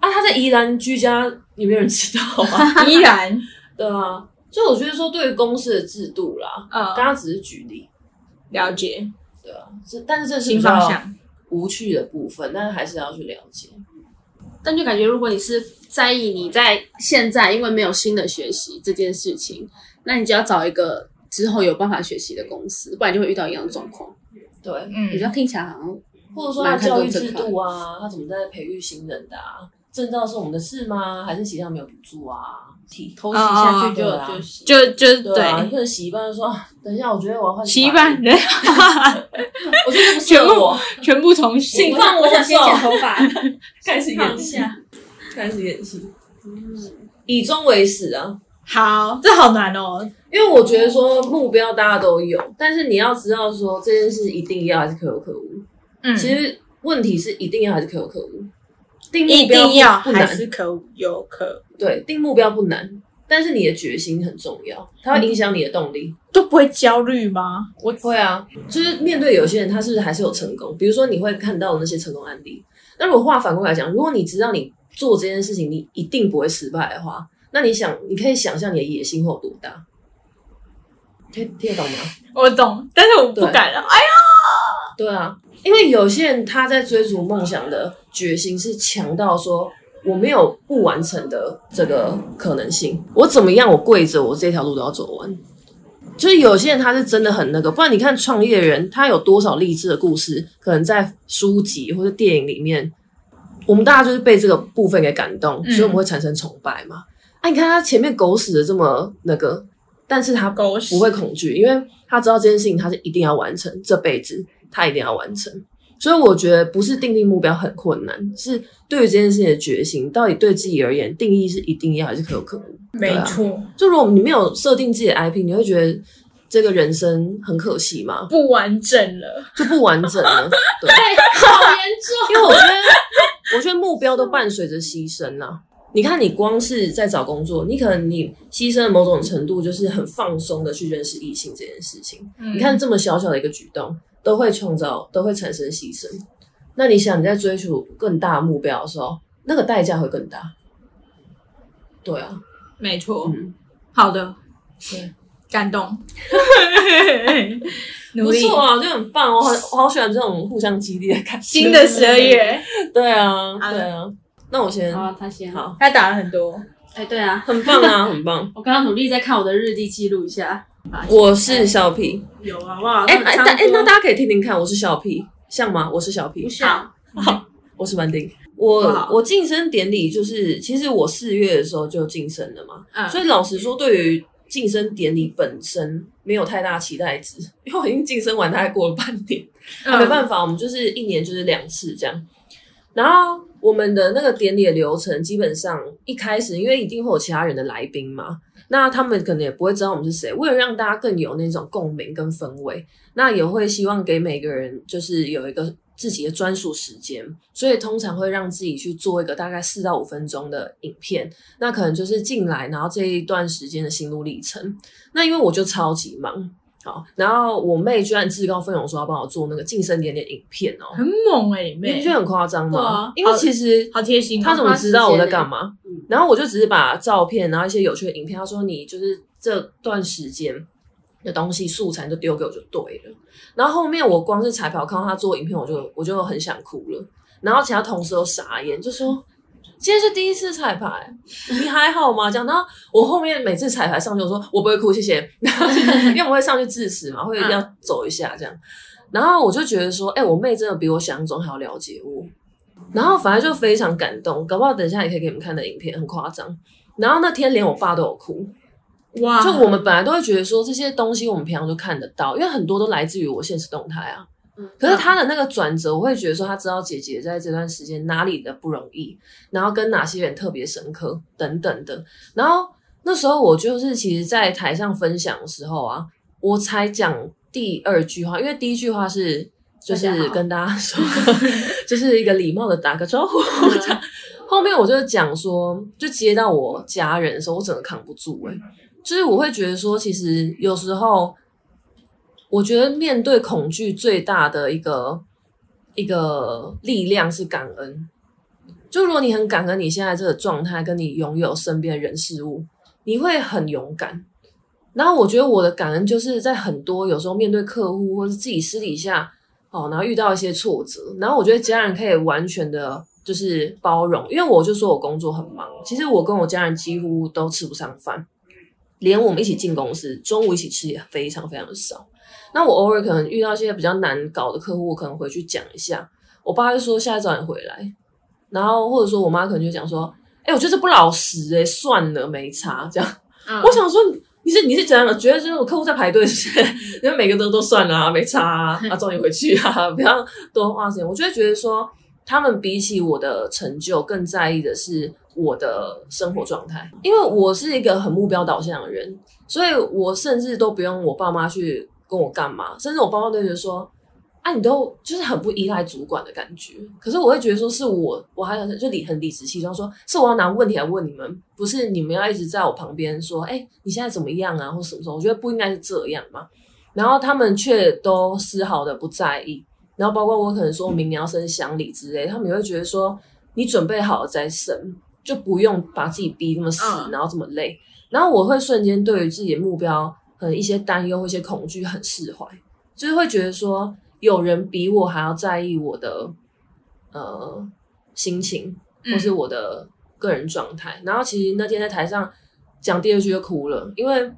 [SPEAKER 3] 啊他在宜兰居家，有没有人知 道啊？
[SPEAKER 1] 依然，
[SPEAKER 3] 对啊，所以我觉得说对于公司的制度啦，刚
[SPEAKER 1] 嗯，
[SPEAKER 3] 刚只是举例，
[SPEAKER 1] 了解
[SPEAKER 3] 对啊，这但是这是
[SPEAKER 1] 新
[SPEAKER 3] 比
[SPEAKER 1] 方
[SPEAKER 3] 较
[SPEAKER 1] 向，
[SPEAKER 3] 无趣的部分，但是还是要去了解。
[SPEAKER 4] 但就感觉，如果你是在意你在现在，因为没有新的学习这件事情，那你就要找一个之后有办法学习的公司，不然就会遇到一样的状况。
[SPEAKER 3] 对，
[SPEAKER 1] 嗯
[SPEAKER 4] 比，较听起来好像
[SPEAKER 3] 或者说他教育制度啊，他怎么在培育新人的啊？证照是我们的事吗？还是其他没有补助啊？体。
[SPEAKER 4] 头洗下去就、
[SPEAKER 3] 哦哦哦
[SPEAKER 4] 啊就洗。
[SPEAKER 1] 就就
[SPEAKER 3] 对啊，
[SPEAKER 1] 对
[SPEAKER 3] 可能洗一半就说，啊等一下，我觉得我要换
[SPEAKER 1] 洗衣板，人
[SPEAKER 3] 我觉得这不适合我，
[SPEAKER 1] 全部重洗
[SPEAKER 3] 请。放我
[SPEAKER 4] 我想先剪
[SPEAKER 3] 走。
[SPEAKER 4] 头 发，
[SPEAKER 3] 开始
[SPEAKER 4] 烫
[SPEAKER 3] 演
[SPEAKER 4] 一
[SPEAKER 3] 戏，
[SPEAKER 4] 下。
[SPEAKER 3] 开始演戏，以终为始啊。
[SPEAKER 1] 好，这好难哦。
[SPEAKER 3] 因为我觉得说目标大家都有，但是你要知道说这件事一定要还是可有可无。
[SPEAKER 1] 嗯，
[SPEAKER 3] 其实问题是一定要还是可有可无。定
[SPEAKER 1] 一
[SPEAKER 3] 目标不
[SPEAKER 1] 定要
[SPEAKER 3] 不
[SPEAKER 1] 还
[SPEAKER 3] 难，
[SPEAKER 1] 是可有可
[SPEAKER 3] 对，定目标不难，但是你的决心很重要，它会影响你的动力。
[SPEAKER 1] 都不会焦虑吗？我
[SPEAKER 3] 会啊，就是面对有些人，他是不是还是有成功？比如说你会看到那些成功案例。那如果话反过来讲，如果你知道你做这件事情你一定不会失败的话，那你想，你可以想象你的野心会有多大？听听得懂吗？
[SPEAKER 1] 我懂，但是我不
[SPEAKER 3] 对啊
[SPEAKER 1] 敢了。哎，
[SPEAKER 3] 对啊，因为有些人他在追逐梦想的决心是强到说我没有不完成的这个可能性，我怎么样我跪着我这条路都要走完。就是有些人他是真的很那个，不然你看创业人他有多少励志的故事，可能在书籍或者电影里面，我们大家就是被这个部分给感动，
[SPEAKER 1] 嗯
[SPEAKER 3] 所以我们会产生崇拜嘛。哎、你看他前面狗屎的这么那个，但是他
[SPEAKER 1] 啊狗屎
[SPEAKER 3] 不会恐惧，因为他知道这件事情他是一定要完成，这辈子他一定要完成。所以我觉得不是定定目标很困难，是对于这件事情的决心，到底对自己而言定义是一定要还是可有可无？
[SPEAKER 1] 没错，
[SPEAKER 3] 就如果你没有设定自己的 IP，你会觉得这个人生很可惜吗？
[SPEAKER 1] 不完整了。
[SPEAKER 3] 就不完整了。 对，
[SPEAKER 4] 好严重。
[SPEAKER 3] 因为我觉得，我觉得目标都伴随着牺牲啦。你看，你光是在找工作，你可能你牺牲了某种程度，就是很放松的去认识异性这件事情。
[SPEAKER 1] 你
[SPEAKER 3] 你看这么小小的一个举动，都会创造，都会产生牺牲。那你想你在追求更大的目标的时候，那个代价会更大。对啊，
[SPEAKER 1] 没错，
[SPEAKER 3] 嗯，
[SPEAKER 1] 好的，
[SPEAKER 3] 对，
[SPEAKER 1] 感 动，努
[SPEAKER 3] 不
[SPEAKER 1] 力。
[SPEAKER 3] 错啊，就很棒哦，我好我好喜欢这种互相激励的感觉。
[SPEAKER 1] 新的十二
[SPEAKER 3] 嗯
[SPEAKER 1] 月，
[SPEAKER 3] 对啊，
[SPEAKER 1] 啊
[SPEAKER 3] 对啊。那我先
[SPEAKER 4] 好啊，他先。
[SPEAKER 3] 好，
[SPEAKER 1] 他打了很多，
[SPEAKER 4] 哎，对啊，
[SPEAKER 3] 很棒啊，很棒。
[SPEAKER 4] 我刚刚努力在看我的日历，记录一下。
[SPEAKER 3] 我是小屁，
[SPEAKER 4] 有啊，哇，
[SPEAKER 3] 哎哎
[SPEAKER 4] 差
[SPEAKER 3] 大
[SPEAKER 4] 不
[SPEAKER 3] 哎，
[SPEAKER 4] 多
[SPEAKER 3] 那大家可以听听看，我是小屁，像吗？我是小屁，
[SPEAKER 4] 不啊像，
[SPEAKER 3] 我是班丁。我
[SPEAKER 1] 哇
[SPEAKER 3] 我晋升典礼就是，其实我四月的时候就晋升了嘛，
[SPEAKER 1] 嗯
[SPEAKER 3] 所以老实说，对于晋升典礼本身没有太大期待值，因为我已经晋升完，大概过了半年，啊、没办法，我们就是一年就是两次这样。然后我们的那个典礼的流程，基本上一开始，因为一定会有其他人的来宾嘛，那他们可能也不会知道我们是谁。为了让大家更有那种共鸣跟氛围，那也会希望给每个人就是有一个自己的专属时间，所以通常会让自己去做一个大概四到五分钟的影片。那可能就是进来，然后这一段时间的心路历程。那因为我就超级忙，好，然后我妹居然自告奋勇说要帮我做那个晋升点点影片哦，
[SPEAKER 1] 很猛哎，你
[SPEAKER 3] 你不
[SPEAKER 1] 妹
[SPEAKER 3] 觉，得很夸张
[SPEAKER 1] 对
[SPEAKER 3] 吗
[SPEAKER 1] 啊？
[SPEAKER 3] 因为其实
[SPEAKER 1] 好贴心哦。
[SPEAKER 3] 他怎么知道我在干嘛
[SPEAKER 4] 嗯？
[SPEAKER 3] 然后我就只是把照片，啊然后一些有趣的影片，他说你就是这段时间的东西素材就丢给我就对了。然后后面我光是彩排，我看到他做影片，我就我就很想哭了。然后其他同事都傻眼，就说。今天是第一次彩排，你还好吗？这样，然后我后面每次彩排上去，我说我不会哭，谢 谢，因为我会上去致辞嘛，会要走一下这样。然后我就觉得说，哎、我妹真的比我想象中还要了解我。然后反正就非常感动，搞不好等一下也可以给你们看的影片，很夸张。然后那天连我爸都有哭，
[SPEAKER 1] 哇，
[SPEAKER 3] 就我们本来都会觉得说这些东西我们平常就看得到，因为很多都来自于我现实动态啊。
[SPEAKER 4] 嗯
[SPEAKER 3] 可是他的那个转折，我会觉得说他知道姐姐在这段时间哪里的不容易，然后跟哪些人特别深刻等等的。然后那时候我就是其实，在台上分享的时候啊，我才讲第二句话，因为第一句话是就是
[SPEAKER 4] 大家好
[SPEAKER 3] 跟大家说， 就是一个礼貌的打个招呼。这样后面我就讲说，就接到我家人的时候，我整个扛不住哎、欸就是我会觉得说，其实有时候，我觉得面对恐惧最大的一个一个力量是感恩。就如果你很感恩你现在这个状态，跟你拥有身边的人事物，你会很勇敢。然后我觉得我的感恩就是在很多有时候面对客户或是自己私底下哦，然后遇到一些挫折，然后我觉得家人可以完全的就是包容，因为我就说我工作很忙，其实我跟我家人几乎都吃不上饭，连我们一起进公司，中午一起吃也非常非常的少。那我偶尔可能遇到一些比较难搞的客户，我可能回去讲一下，我爸就说下次早点回来，然后或者说我妈可能就讲说，哎、哎、我就是不老实哎、算了，没差这样。
[SPEAKER 4] 嗯
[SPEAKER 3] 我想说你。你是你是怎样的？觉得就是我客户在排队，是 不是？因为每个都都算了啊，没差 啊，啊，终于回去啊， 不要多花时间。我就会觉得说，他们比起我的成就，更在意的是我的生活状态，因为我是一个很目标导向的人，所以我甚至都不用我爸妈去跟我干嘛，甚至我爸妈都觉得说，啊，你都就是很不依赖主管的感觉。可是我会觉得说，是我，我还很就理很理直气壮说，是我要拿问题来问你们，不是你们要一直在我旁边说，哎、你现在怎么样啊，或什么什么。我觉得不应该是这样嘛。然后他们却都丝毫的不在意。然后包括我可能说我明年要升乡里之类，他们也会觉得说，你准备好了再升，就不用把自己逼那么死，
[SPEAKER 1] 嗯
[SPEAKER 3] 然后这么累。然后我会瞬间对于自己的目标，可能一些担忧或一些恐惧很释怀。就是会觉得说，有人比我还要在意我的呃心情，
[SPEAKER 1] 嗯
[SPEAKER 3] 或是我的个人状态。然后其实那天在台上讲第二句就哭了，因为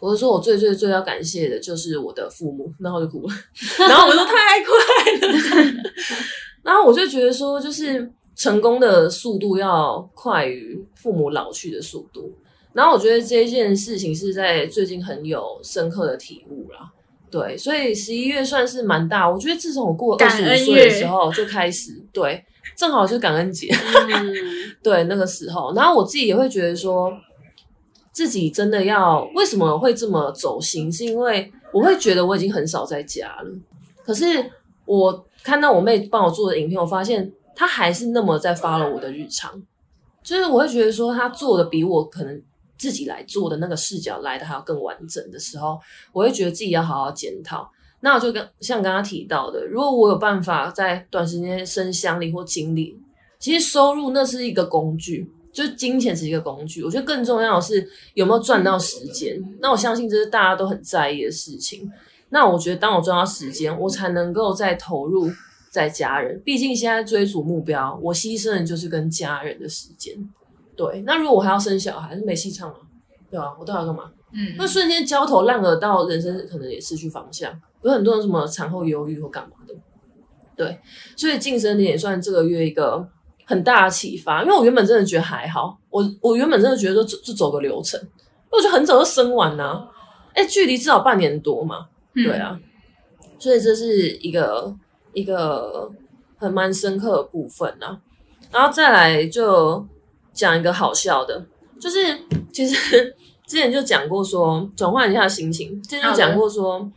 [SPEAKER 3] 我就说我最最最要感谢的就是我的父母，然后我就哭了。 然后我说太快了， 然后我就觉得说，就是成功的速度要快于父母老去的速度。然后我觉得这件事情是在最近很有深刻的体悟啦。对，所以十一月算是蛮大。我觉得自从我过二
[SPEAKER 1] 感
[SPEAKER 3] 十
[SPEAKER 1] 恩
[SPEAKER 3] 五
[SPEAKER 1] 月
[SPEAKER 3] 岁的时候就开始，对，正好就是感恩节。
[SPEAKER 4] 嗯
[SPEAKER 3] 对那个时候，然后我自己也会觉得说，自己真的要为什么会这么走心，是因为我会觉得我已经很少在家了。可是我看到我妹帮我做的影片，我发现她还是那么在发了我的日常，就是我会觉得说她做的比我可能自己来做的那个视角来的还要更完整的时候，我会觉得自己要好好检讨。那我就跟像刚刚提到的，如果我有办法在短时间升乡里或经理，其实收入那是一个工具，就是金钱是一个工具。我觉得更重要的是有没有赚到时间。那我相信这是大家都很在意的事情。那我觉得当我赚到时间，我才能够再投入在家人。毕竟现在追逐目标，我牺牲的就是跟家人的时间。对，那如果我还要生小孩，是没戏唱了、对吧、我到底要干嘛？
[SPEAKER 1] 嗯
[SPEAKER 3] 会瞬间焦头烂额到人生可能也失去方向，有很多人什么产后忧郁或干嘛的，对，所以晋升点也算这个月一个很大的启发，因为我原本真的觉得还好，我我原本真的觉得说就就走个流程，因为我觉得很早就生完啦、哎、距离至少半年多嘛，
[SPEAKER 1] 嗯
[SPEAKER 3] 对，啊，所以这是一个一个很蛮深刻的部分啊。然后再来就讲一个好笑的，就是其实 之前就讲过说，转换一下心情，之前就讲过说，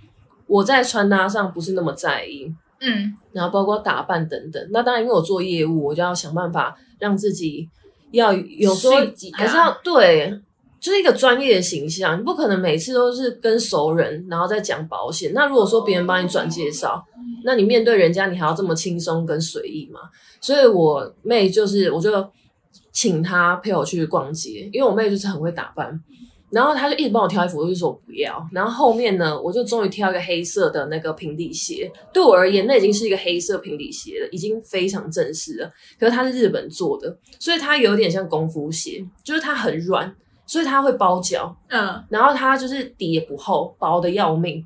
[SPEAKER 3] 我在穿搭上不是那么在意，
[SPEAKER 1] 嗯
[SPEAKER 3] 然后包括打扮等等。那当然，因为我做业务，我就要想办法让自己要有时候
[SPEAKER 1] 性急
[SPEAKER 3] 还是要对，就是一个专业的形象。你不可能每次都是跟熟人，然后再讲保险。那如果说别人帮你转介绍，那你面对人家，你还要这么轻松跟随意吗？所以我妹就是，我就请她陪我去逛街，因为我妹就是很会打扮。然后她就一直帮我挑衣服，我就说我不要。然后后面呢，我就终于挑一个黑色的那个平底鞋。对我而言，那已经是一个黑色平底鞋了，已经非常正式了。可是它是日本做的，所以它有点像功夫鞋，就是它很软，所以它会包脚。
[SPEAKER 1] 嗯
[SPEAKER 3] 然后它就是底也不厚，薄的要命。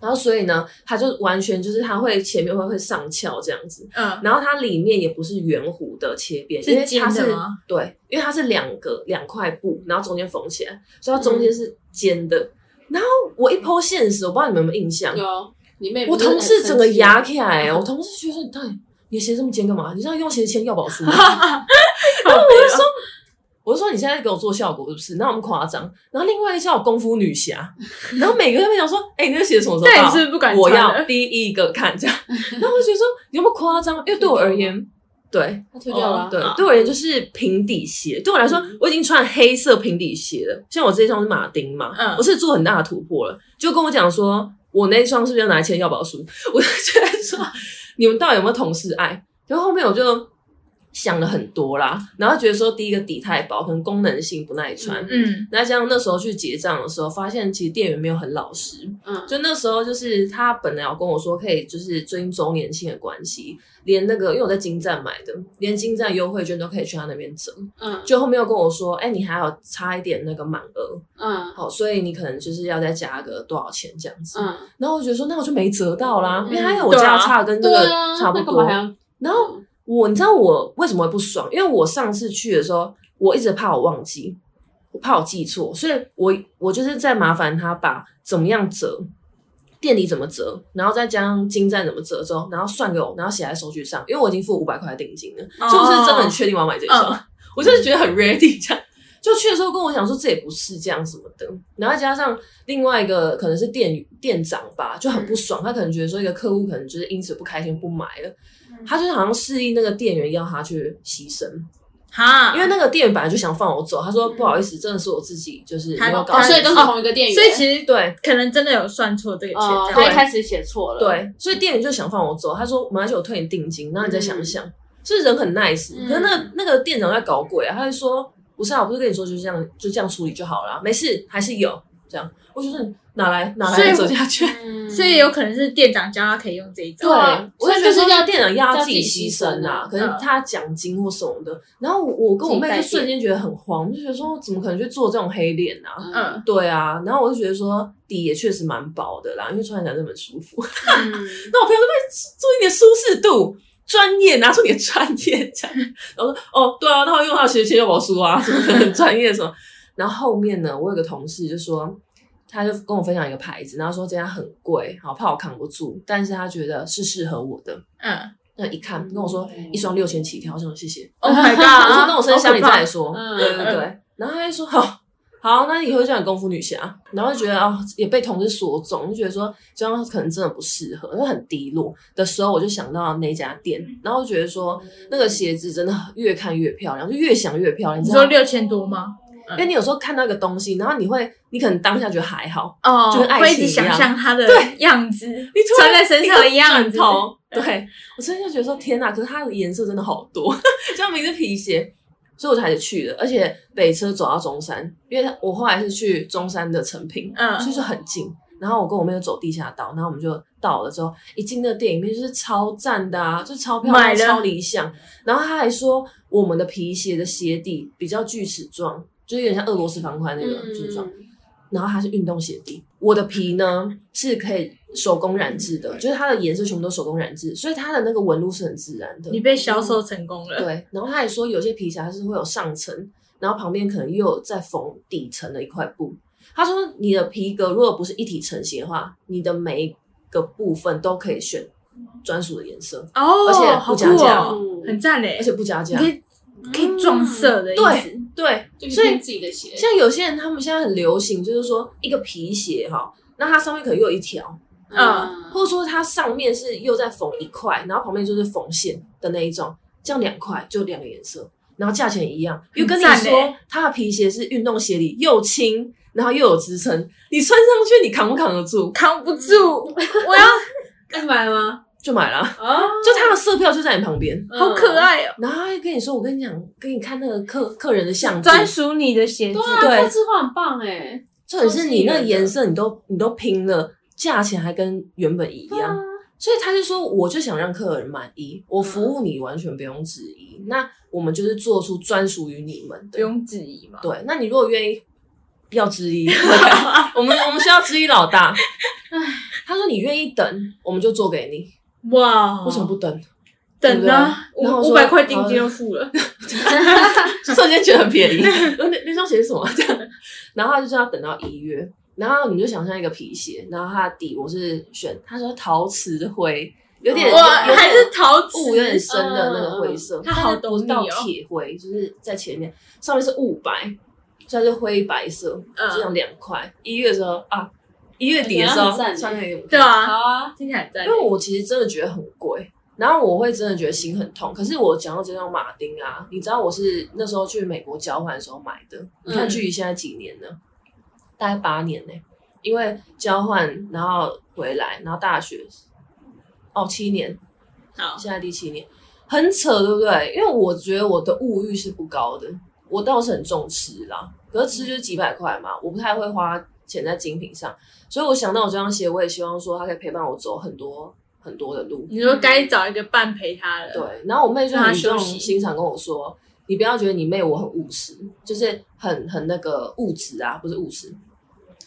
[SPEAKER 3] 然后所以呢，它就完全就是它会前面会会上翘这样子。
[SPEAKER 1] 嗯，
[SPEAKER 3] 然后它里面也不是圆弧的切边，
[SPEAKER 1] 是
[SPEAKER 3] 因为
[SPEAKER 1] 尖
[SPEAKER 3] 它
[SPEAKER 1] 的
[SPEAKER 3] 是
[SPEAKER 1] 吗
[SPEAKER 3] 对，因为它是两个两块布，然后中间缝起来，所以它
[SPEAKER 1] 嗯
[SPEAKER 3] 中间是尖的。然后我一剖现实，我不知道你们有没有印象，
[SPEAKER 4] 有你妹，
[SPEAKER 3] 我同事整个
[SPEAKER 4] 啊
[SPEAKER 1] 啊
[SPEAKER 3] 牙起来、哦 我同事觉得你到底你的鞋这么尖干嘛？你这样用鞋签要保 书吗？我就说你现在给我做效果是不是？那我们夸张。然后另外一个叫我功夫女侠，然后每个人都想说，哎、你那个鞋什么时候
[SPEAKER 1] 这
[SPEAKER 3] 到？
[SPEAKER 1] 也是不敢
[SPEAKER 3] 我
[SPEAKER 1] 穿
[SPEAKER 3] 要
[SPEAKER 1] 的
[SPEAKER 3] 第一个 看这样。然后我就觉得说你有没有夸张？因为对我而言，
[SPEAKER 1] 嗯
[SPEAKER 3] 对
[SPEAKER 4] 他退掉了啊，
[SPEAKER 3] 哦对，对我而言就是平底鞋。对我来说，
[SPEAKER 1] 嗯
[SPEAKER 3] 我已经穿黑色平底鞋了。像我这一双是马丁嘛，
[SPEAKER 1] 嗯
[SPEAKER 3] 我是做很大的突破了。就跟我讲说，我那一双是不是要拿来签要保书？ 我就觉得说，你们到底有没有同事爱？然后后面我就想了很多啦，然后觉得说第一个底太薄，可能功能性不耐穿。
[SPEAKER 4] 嗯
[SPEAKER 1] 嗯
[SPEAKER 3] 那加上那时候去结账的时候，发现其实店员没有很老实，
[SPEAKER 4] 嗯
[SPEAKER 3] 就那时候就是他本来有跟我说可以，就是最近周年庆的关系，连那个因为我在金站买的，连金站优惠券都可以去他那边折。
[SPEAKER 4] 嗯
[SPEAKER 3] 就后面又跟我说，哎、你还有差一点那个满额，
[SPEAKER 4] 嗯
[SPEAKER 3] 好，所以你可能就是要再加个多少钱这样子。
[SPEAKER 4] 嗯，
[SPEAKER 3] 然后我觉得说，那我就没折到啦，
[SPEAKER 4] 嗯
[SPEAKER 3] 因为他有我加
[SPEAKER 1] 对啊
[SPEAKER 3] 差得跟这
[SPEAKER 4] 对
[SPEAKER 3] 个
[SPEAKER 4] 啊，
[SPEAKER 3] 差不
[SPEAKER 4] 那干
[SPEAKER 3] 多。
[SPEAKER 4] 嘛还要
[SPEAKER 3] 然后我你知道我为什么会不爽？因为我上次去的时候，我一直怕我忘记，我怕我记错，所以我我就是在麻烦他把怎么样折，店里怎么折，然后再加上金站怎么折之后，然后算给我，然后写在收据上，因为我已经付五百块的定金了，
[SPEAKER 1] 哦
[SPEAKER 3] 所以我是真的很确定我要买这一双，
[SPEAKER 1] 嗯
[SPEAKER 3] 我就是觉得很 ready 这样。就去的时候跟我讲说这也不是这样什么的，然后再加上另外一个可能是店店长吧，就很不
[SPEAKER 4] 嗯
[SPEAKER 3] 爽，他可能觉得说一个客户可能就是因此不开心不买了，
[SPEAKER 4] 嗯
[SPEAKER 3] 他就是好像示意那个店员要他去牺牲，
[SPEAKER 4] 啊
[SPEAKER 1] 哈，
[SPEAKER 3] 因为那个店员本来就想放我走，他说不好意思，真的是我自己就是
[SPEAKER 1] 他
[SPEAKER 3] 没有搞
[SPEAKER 4] 哦，
[SPEAKER 1] 他
[SPEAKER 4] 所以都是
[SPEAKER 1] 哦
[SPEAKER 4] 同一个店员，
[SPEAKER 1] 所以其实
[SPEAKER 3] 对
[SPEAKER 1] 可能真的有算错这个钱，
[SPEAKER 4] 哦，
[SPEAKER 1] 这
[SPEAKER 4] 他
[SPEAKER 1] 样
[SPEAKER 4] 一开始写错了，，
[SPEAKER 3] 对，所以店员就想放我走，他说没关系，我退你定金，然后你再想想，是人很 nice，
[SPEAKER 4] 嗯
[SPEAKER 3] 可是那个那个店长在搞鬼啊，他就说不是啊，我不是跟你说就这样就这样处理就好了，没事，还是有这样，我觉得哪来哪
[SPEAKER 1] 所以
[SPEAKER 3] 来
[SPEAKER 1] 我
[SPEAKER 3] 走下 去。
[SPEAKER 4] 嗯
[SPEAKER 1] 所以有可能是店长教他可以用这一招。
[SPEAKER 3] 对
[SPEAKER 4] 啊，
[SPEAKER 3] 我就
[SPEAKER 4] 所以
[SPEAKER 3] 觉
[SPEAKER 4] 就
[SPEAKER 3] 得
[SPEAKER 4] 是
[SPEAKER 3] 说
[SPEAKER 4] 要
[SPEAKER 3] 店长要
[SPEAKER 4] 要
[SPEAKER 3] 他
[SPEAKER 4] 自
[SPEAKER 3] 自
[SPEAKER 4] 己
[SPEAKER 3] 己
[SPEAKER 4] 牺
[SPEAKER 3] 牺
[SPEAKER 4] 牲
[SPEAKER 3] 牲
[SPEAKER 4] 啊
[SPEAKER 3] 啊，可能他奖金或什么的。然后我跟我妹就瞬间觉得很慌，就觉得说怎么可能去做这种黑脸啊？
[SPEAKER 4] 嗯
[SPEAKER 1] 嗯，
[SPEAKER 3] 对啊，然后我就觉得说底也确实蛮薄的啦，因为穿起来真的很舒服。
[SPEAKER 4] 嗯
[SPEAKER 3] 那我朋友都被做一点舒适度。专业，拿出你的专业这样， 然后说哦，对啊，那他用他的学学校宝书啊，什么的很专业什么。然后后面呢，我有个同事就说，他就跟我分享一个牌子，然后说这家很贵，好怕我扛不住，但是他觉得是适合我的。
[SPEAKER 1] 嗯
[SPEAKER 3] 那一看跟我说一双六千起跳，我想谢谢。
[SPEAKER 1] ，Oh my
[SPEAKER 3] 我
[SPEAKER 1] god！
[SPEAKER 3] 说等我生
[SPEAKER 1] 好
[SPEAKER 3] 下
[SPEAKER 1] 可
[SPEAKER 3] 你
[SPEAKER 1] 怕
[SPEAKER 3] 再来说，
[SPEAKER 4] 嗯
[SPEAKER 3] 对对对。然后他就说好。好，那以后就叫你功夫女侠，然后就觉得啊、也被同事说中，就觉得说这样可能真的不适合，因为很低落的时候，我就想到那家店，然后觉得说那个鞋子真的越看越漂亮，就越想越漂亮，你
[SPEAKER 1] 你
[SPEAKER 3] 知道
[SPEAKER 1] 说
[SPEAKER 3] 吗？
[SPEAKER 1] 六千多吗？
[SPEAKER 3] 因为你有时候看到一个东西，然后你会，你可能当下觉得还好，
[SPEAKER 1] 哦
[SPEAKER 3] 就跟爱情一样
[SPEAKER 1] 会一直想象他的样子，
[SPEAKER 3] 你突
[SPEAKER 1] 穿
[SPEAKER 3] 然
[SPEAKER 1] 在身上的样
[SPEAKER 3] 一 个
[SPEAKER 1] 子
[SPEAKER 3] 枕。头，对我真的就觉得说天哪！可是它的颜色真的好多， 像明明是皮鞋，所以我就还是去了。而且北车走到中山，因为我后来是去中山的成品，
[SPEAKER 1] 嗯
[SPEAKER 3] 所以就很近。然后我跟我妹就走地下道，然后我们就到了之后，一进那个店里面就是超赞的啊，就超漂
[SPEAKER 1] 买
[SPEAKER 3] 亮、
[SPEAKER 1] 了
[SPEAKER 3] 超理想。然后他还说我们的皮鞋的鞋底比较锯齿状，就是有点像俄罗斯方 块那个
[SPEAKER 1] 嗯
[SPEAKER 4] 嗯
[SPEAKER 3] 锯状。然后它是运动鞋底，我的皮呢是可以手工染制的，就是它的颜色全部都手工染制，所以它的那个纹路是很自然的
[SPEAKER 1] 你。被销售成功了，
[SPEAKER 3] 对，然后他也说有些皮夹是会有上层，然后旁边可能又有再缝底层的一块布。他说你的皮革如果不是一体成型的话，你的每一个部分都可以选专属的颜色，
[SPEAKER 1] 哦，
[SPEAKER 3] 而且
[SPEAKER 1] 好
[SPEAKER 3] 不
[SPEAKER 1] 酷
[SPEAKER 3] 加价
[SPEAKER 1] 哦，很赞嘞，
[SPEAKER 3] 而且不加
[SPEAKER 1] 你
[SPEAKER 3] 价嗯
[SPEAKER 1] 可。以可以撞
[SPEAKER 4] 嗯
[SPEAKER 1] 色的意思，
[SPEAKER 3] 对，
[SPEAKER 4] 就是
[SPEAKER 3] 所以
[SPEAKER 4] 自己的鞋，
[SPEAKER 3] 像有些人他们现在很流行，就是说一个皮鞋哈，那它上面可能又有一条，
[SPEAKER 1] 嗯
[SPEAKER 3] 或者说它上面是又在缝一块，然后旁边就是缝线的那一种，这样两块就两个颜色，然后价钱一样。又跟你
[SPEAKER 1] 很赞
[SPEAKER 3] 说
[SPEAKER 1] 欸，
[SPEAKER 3] 它的皮鞋是运动鞋里又轻，然后又有支撑，你穿上去你扛不扛得住？
[SPEAKER 1] 扛不 住，我要
[SPEAKER 4] 那你买了吗？
[SPEAKER 3] 就买了，
[SPEAKER 4] 啊，嗯
[SPEAKER 3] 就它的色票就在你旁边。
[SPEAKER 1] 好可爱哦，
[SPEAKER 3] 然后他就跟你说，我跟你讲，给你看那个客客人的相机，
[SPEAKER 1] 专属你的鞋子
[SPEAKER 4] 对，啊，
[SPEAKER 3] 对
[SPEAKER 4] 刻字化很棒哎，
[SPEAKER 3] 重点是你那个颜色你都你都拼了，价钱还跟原本一
[SPEAKER 1] 啊
[SPEAKER 3] 样。所以他就说，我就想让客人满意，我
[SPEAKER 1] 嗯
[SPEAKER 3] 服务你完全不用质疑。那我们就是做出专属于你们
[SPEAKER 1] 不
[SPEAKER 3] 的。
[SPEAKER 1] 用质疑嘛。
[SPEAKER 3] 对，那你如果愿意，要质 疑，
[SPEAKER 1] 啊
[SPEAKER 3] 我们我们需要质疑老大。他说你愿意等，我们就做给你。
[SPEAKER 1] 哇，
[SPEAKER 3] 为什么不等？
[SPEAKER 1] 等啊？
[SPEAKER 3] 对不对然后
[SPEAKER 1] 五
[SPEAKER 3] 我
[SPEAKER 1] 五
[SPEAKER 3] 说
[SPEAKER 1] 百块定金就付了，
[SPEAKER 4] 啊
[SPEAKER 3] 瞬间觉得很 便宜。那那双鞋是什么？ 这样，然后他就是要等到一月，然后你就想象一个皮鞋，然后它的底我是选，他说陶瓷灰，有点
[SPEAKER 1] 哇，
[SPEAKER 3] 有点
[SPEAKER 1] 还是陶瓷，
[SPEAKER 3] 雾有点深的那个灰
[SPEAKER 4] 嗯
[SPEAKER 3] 色，
[SPEAKER 1] 它好
[SPEAKER 3] 但是不
[SPEAKER 1] 懂
[SPEAKER 3] 是
[SPEAKER 1] 你哦
[SPEAKER 3] 到铁灰，就是在前面，上面是雾白，所以它是灰白色，
[SPEAKER 1] 嗯
[SPEAKER 3] 这样两块。一月的时候啊，一月底的时
[SPEAKER 4] 感觉
[SPEAKER 3] 候
[SPEAKER 4] 很赞
[SPEAKER 3] 穿
[SPEAKER 4] 欸耶
[SPEAKER 3] 给我，
[SPEAKER 1] 对，啊，
[SPEAKER 4] 啊，
[SPEAKER 1] 听起来很赞
[SPEAKER 3] 因。为我其实真的觉得很贵。然后我会真的觉得心很痛，可是我讲到这双马丁啊，你知道我是那时候去美国交换的时候买的，你看距离现在几年呢？大概八年呢、因为交换然后回来，然后大学，哦七年，
[SPEAKER 1] 好，
[SPEAKER 3] 现在第七年，很扯，对不对？因为我觉得我的物欲是不高的，我倒是很重吃啦，可是吃就是几百块嘛，我不太会花钱在精品上，所以我想到我这双鞋，我也希望说它可以陪伴我走很多很多的路。
[SPEAKER 1] 你说该找一个伴陪他了，
[SPEAKER 3] 对，然后我妹就
[SPEAKER 1] 让她
[SPEAKER 3] 很
[SPEAKER 1] 休
[SPEAKER 3] 重
[SPEAKER 1] 息
[SPEAKER 3] 欣赏跟我说，你不要觉得你妹我很务实，就是很很那个物质啊，不是务实。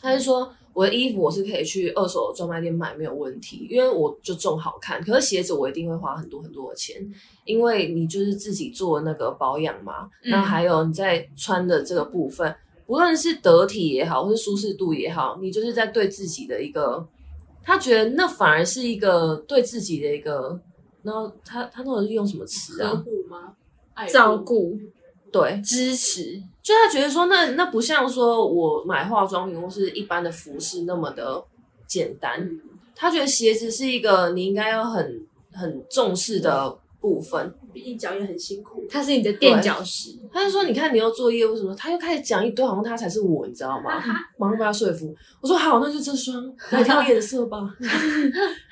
[SPEAKER 3] 她就说我的衣服我是可以去二手专卖店买没有问题，因为我就重好看。可是鞋子我一定会花很多很多的钱，因为你就是自己做那个保养嘛，
[SPEAKER 1] 嗯
[SPEAKER 3] 那还有你在穿的这个部分，不论是得体也好，或是舒适度也好，你就是在对自己的一个，他觉得那反而是一个对自己的一个，然后他他那种是用什么词
[SPEAKER 2] 呵
[SPEAKER 3] 啊？
[SPEAKER 2] 护吗？爱护
[SPEAKER 1] 照顾
[SPEAKER 3] 对，
[SPEAKER 1] 支持，
[SPEAKER 3] 就他觉得说那，那不像说我买化妆品或是一般的服饰那么的简单。
[SPEAKER 1] 嗯
[SPEAKER 3] 他觉得鞋子是一个你应该要很很重视的部分。
[SPEAKER 2] 毕竟脚也很辛苦。
[SPEAKER 1] 它是你的垫脚石。
[SPEAKER 3] 他就说，你看你又作业为什么？他又开始讲一堆，好像他才是我，你知道吗？ 马上被他说服。我说好，那就这双，来挑颜色 吧。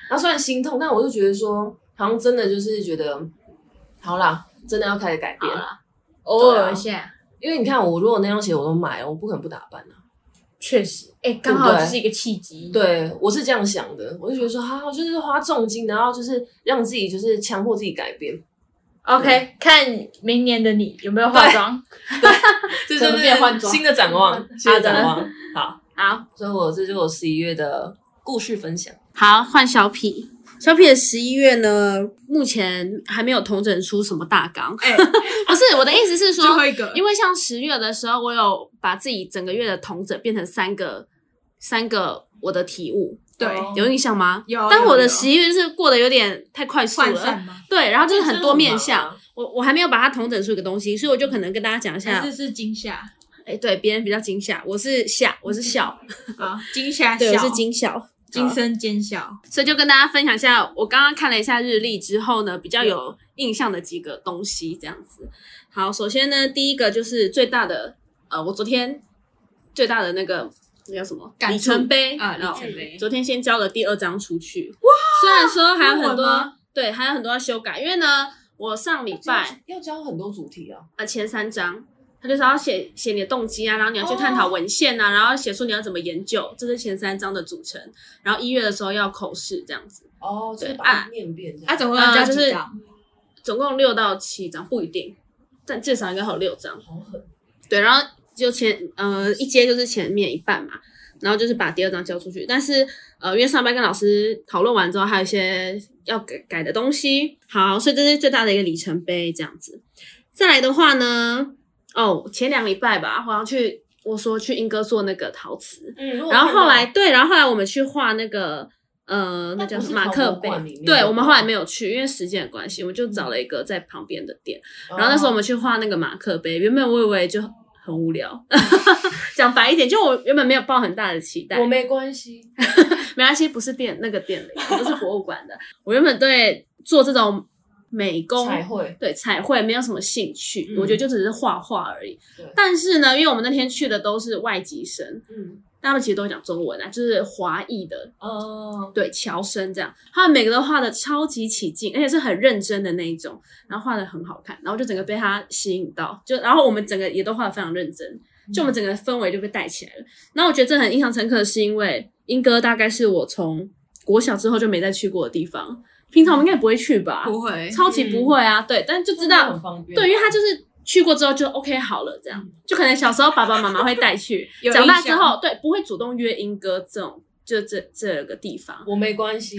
[SPEAKER 3] 然后虽然心痛，但我就觉得说，好像真的就是觉得，好啦，真的要开始改变。
[SPEAKER 1] 偶尔一下，
[SPEAKER 3] 因为你看，我如果那双鞋我都买了，我不可能不打扮啊。
[SPEAKER 1] 确实，哎，刚
[SPEAKER 3] 对
[SPEAKER 1] 好
[SPEAKER 3] 不对
[SPEAKER 1] 就是一个契机。
[SPEAKER 3] 对，我是这样想的，我就觉得说，哈、就是花重金，然后就是让自己就是强迫自己改 变，
[SPEAKER 1] ，OK，看明年的你有没有化妆。
[SPEAKER 3] 这
[SPEAKER 4] 可
[SPEAKER 3] 就
[SPEAKER 4] 能变换
[SPEAKER 3] 是
[SPEAKER 4] 装
[SPEAKER 3] 新的展望， 新的展望。好，
[SPEAKER 1] 好，
[SPEAKER 3] 所以我这就是我十一月的故事分享。
[SPEAKER 4] 好，换小痞。小痞的十一月呢，目前还没有统整出什么大纲。
[SPEAKER 1] 哎
[SPEAKER 4] 不是我的意思是说，
[SPEAKER 1] 一个
[SPEAKER 4] 因为像十月的时候，我有把自己整个月的统整变成三个三个我的体悟，
[SPEAKER 1] 对
[SPEAKER 3] 哦
[SPEAKER 4] 有印象吗？
[SPEAKER 1] 有
[SPEAKER 4] 但我
[SPEAKER 1] 有有
[SPEAKER 4] 的十一月是过得有点太快速
[SPEAKER 1] 涣
[SPEAKER 4] 了，
[SPEAKER 1] 散吗？
[SPEAKER 4] 对，然后就是很多面
[SPEAKER 3] 真的
[SPEAKER 4] 相
[SPEAKER 3] 很忙啊，
[SPEAKER 4] 我我还没有把它统整出一个东西，所以我就可能跟大家讲一
[SPEAKER 3] 啊
[SPEAKER 1] 还
[SPEAKER 4] 下
[SPEAKER 1] 是。是惊吓
[SPEAKER 4] 哎，对，别人比较惊吓，我是吓，我是笑，
[SPEAKER 1] 啊，惊吓
[SPEAKER 4] 对，我
[SPEAKER 1] 笑
[SPEAKER 4] 是，惊笑。
[SPEAKER 1] 惊声尖笑。
[SPEAKER 4] 所以就跟大家分享一下，我刚刚看了一下日历之后呢，比较有印象的几个东西，这样子。好，首先呢，第一个就是最大的，呃，我昨天最大的那个那叫什么
[SPEAKER 1] 感触
[SPEAKER 4] 里程碑
[SPEAKER 1] 啊里
[SPEAKER 4] 然后
[SPEAKER 1] 程碑
[SPEAKER 4] 昨天先交了第二张出去，哇！虽然说还有很
[SPEAKER 1] 中文
[SPEAKER 4] 多
[SPEAKER 1] 吗，
[SPEAKER 4] 对，还有很多要修改，因为呢，我上礼拜
[SPEAKER 3] 要教很多主题啊，
[SPEAKER 4] 呃前三张。他就是要写写你的动机啊，然后你要去探讨文献啊然后写出你要怎么研究，这是前三章的组成。然后一月的时候要口试这样子，
[SPEAKER 3] 哦，
[SPEAKER 4] 就是把它
[SPEAKER 3] 念遍这
[SPEAKER 1] 啊，总共
[SPEAKER 4] 呃
[SPEAKER 1] 要加
[SPEAKER 4] 就是
[SPEAKER 1] 几张？
[SPEAKER 4] 总共六到七张，不一定，但至少应该会有六张。
[SPEAKER 3] 好狠，
[SPEAKER 4] 对，然后就前呃一阶就是前面一半嘛，然后就是把第二张交出去。但是呃，因为上班跟老师讨论完之后，还有一些要改改的东西。好，所以这是最大的一个里程碑，这样子。再来的话呢，哦，前两礼拜吧，我要去我说去英哥做那个陶瓷，
[SPEAKER 3] 嗯，
[SPEAKER 4] 然后后来对，然后后来我们去画那个呃，那
[SPEAKER 3] 那
[SPEAKER 4] 叫
[SPEAKER 3] 不
[SPEAKER 4] 什
[SPEAKER 3] 是
[SPEAKER 4] 么马
[SPEAKER 3] 陶
[SPEAKER 4] 克
[SPEAKER 3] 博
[SPEAKER 4] 杯
[SPEAKER 3] 馆里面。
[SPEAKER 4] 对
[SPEAKER 3] 的
[SPEAKER 4] 我们
[SPEAKER 3] 吗
[SPEAKER 4] 后来没有去，因为时间的关系，我们就找了一个在旁边的店。
[SPEAKER 3] 哦，
[SPEAKER 4] 然后那时候我们去画那个马克杯，原本我以为就很无聊， 讲白一点，就我原本没有抱很大的期待。
[SPEAKER 3] 我没关系，
[SPEAKER 4] 没关系，不是店那个店里，不是博物馆的。我原本对做这种美工
[SPEAKER 3] 彩绘
[SPEAKER 4] 对彩绘没有什么兴趣，
[SPEAKER 3] 嗯
[SPEAKER 4] 我觉得就只是画画而已
[SPEAKER 3] 对。
[SPEAKER 4] 但是呢，因为我们那天去的都是外籍生，
[SPEAKER 3] 嗯
[SPEAKER 4] 他们其实都会讲中文啊，就是华裔的
[SPEAKER 3] 哦，
[SPEAKER 4] 对乔生这样，他们每个都画的超级起劲，而且是很认真的那一种，然后画的很好看，然后就整个被他吸引到，就然后我们整个也都画的非常认真，
[SPEAKER 1] 嗯
[SPEAKER 4] 就我们整个氛围就被带起来了。然后我觉得这很印象深刻，是因为英哥大概是我从国小之后就没再去过的地方，平常我们应该不会去吧？
[SPEAKER 1] 不会，哦，
[SPEAKER 4] 超级不会啊，对，但就知
[SPEAKER 3] 那
[SPEAKER 4] 道
[SPEAKER 3] 很方便，
[SPEAKER 4] 对，因为他就是去过之后就 OK 好了，这样就可能小时候爸爸妈妈会带 去
[SPEAKER 1] 有
[SPEAKER 4] 长大
[SPEAKER 1] 印
[SPEAKER 4] 之
[SPEAKER 1] 象
[SPEAKER 4] 后对不会主动约英哥这种。就这这个地方，
[SPEAKER 3] 我没关 系，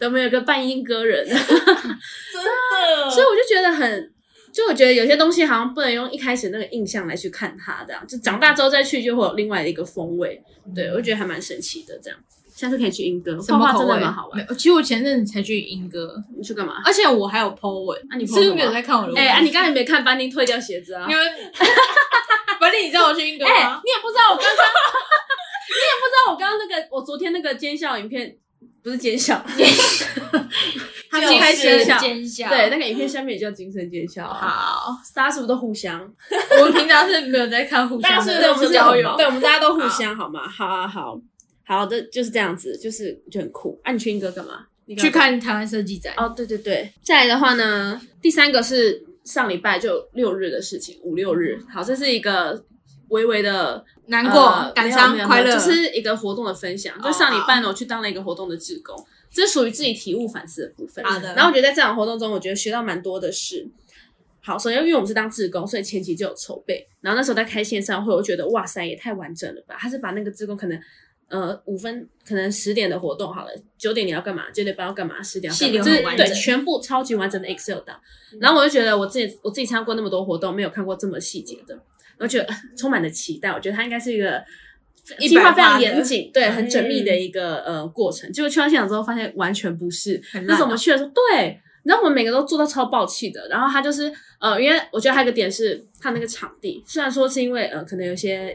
[SPEAKER 4] 我们有个半英哥 人，
[SPEAKER 3] 真的，
[SPEAKER 4] 所以我就觉得很，就我觉得有些东西好像不能用一开始那个印象来去看它，这样就长大之后再去就会有另外的一个风味。对，我就觉得还蛮神奇的，这样下次可以去英歌，
[SPEAKER 1] 什
[SPEAKER 4] 画
[SPEAKER 1] 么
[SPEAKER 4] 画
[SPEAKER 1] 口
[SPEAKER 4] 真
[SPEAKER 1] 味？
[SPEAKER 4] 的蛮好玩。
[SPEAKER 1] 没有其实我前阵子才去英歌，
[SPEAKER 4] 你去干嘛？
[SPEAKER 1] 而且我还有 po 文。
[SPEAKER 4] 啊你 po
[SPEAKER 1] 是不是
[SPEAKER 4] 什么
[SPEAKER 1] 没有在看我的文？
[SPEAKER 4] 哎、啊，你刚才没看班丁退掉鞋子啊？
[SPEAKER 1] 你们，反正你知道我去英歌
[SPEAKER 4] 哎、
[SPEAKER 1] 吗？
[SPEAKER 4] 你也不知道我刚刚，你也不知道我刚刚那个，我昨天那个奸笑影片，不是奸笑，
[SPEAKER 1] 他
[SPEAKER 4] 就
[SPEAKER 1] 开
[SPEAKER 4] 是
[SPEAKER 1] 始
[SPEAKER 4] 笑
[SPEAKER 1] 尖笑。
[SPEAKER 4] 对，那个影片下面也叫精神奸笑啊。
[SPEAKER 1] 好，
[SPEAKER 4] 大家是不是都互相？
[SPEAKER 1] 我们平常是没有在看互相
[SPEAKER 3] 大家是
[SPEAKER 1] 的
[SPEAKER 3] 不是都
[SPEAKER 4] 我们
[SPEAKER 1] 交
[SPEAKER 3] 是
[SPEAKER 1] 友
[SPEAKER 4] 对，我们大家都互相好吗？好啊，好，好的，就是这样子，就是就很酷。啊，你去英哥干嘛？你干嘛
[SPEAKER 1] 去看台湾设计展。
[SPEAKER 4] 哦，对对对。再来的话呢，第三个是上礼拜就六日的事情，五六日。好，这是一个微微的
[SPEAKER 1] 难过
[SPEAKER 4] 呃、
[SPEAKER 1] 感
[SPEAKER 4] 没有
[SPEAKER 1] 伤
[SPEAKER 4] 没、有
[SPEAKER 1] 快
[SPEAKER 4] 没
[SPEAKER 1] 乐，
[SPEAKER 4] 有就是一个活动的分享。就上礼拜呢，我去当了一个活动的志工，这是属于自己体悟反思的部分。
[SPEAKER 1] 好的
[SPEAKER 4] 然后我觉得在这场活动中，我觉得学到蛮多的事。好，首先因为我们是当志工，所以前期就有筹备。然后那时候在开线上会，我觉得哇塞，也太完整了吧！他是把那个志工可能呃五分可能十点的活动好了，九点你要干嘛，九点半要干嘛，十点
[SPEAKER 1] 细
[SPEAKER 4] 要
[SPEAKER 1] 流
[SPEAKER 4] 干嘛
[SPEAKER 1] 很完
[SPEAKER 4] 就
[SPEAKER 1] 整嗯
[SPEAKER 4] 是对全部超级完整的 Excel 档。然后我就觉得我自己我自己参加过那么多活动，没有看过这么细节的，然后觉得 呃充满了期待。我觉得它应该是一个。
[SPEAKER 1] 100%
[SPEAKER 4] 计划非常
[SPEAKER 1] 的嗯
[SPEAKER 4] 严谨，对，很缜密的一个、呃过程。结果去到现场之后，发现完全不是，
[SPEAKER 1] 很
[SPEAKER 4] 那
[SPEAKER 1] 烂
[SPEAKER 4] 时候
[SPEAKER 1] 啊
[SPEAKER 4] 我们去的时候，对，你知道我们每个都做到超爆气的。然后他就是呃，因为我觉得还有一个点是他那个场地，虽然说是因为呃可能有一些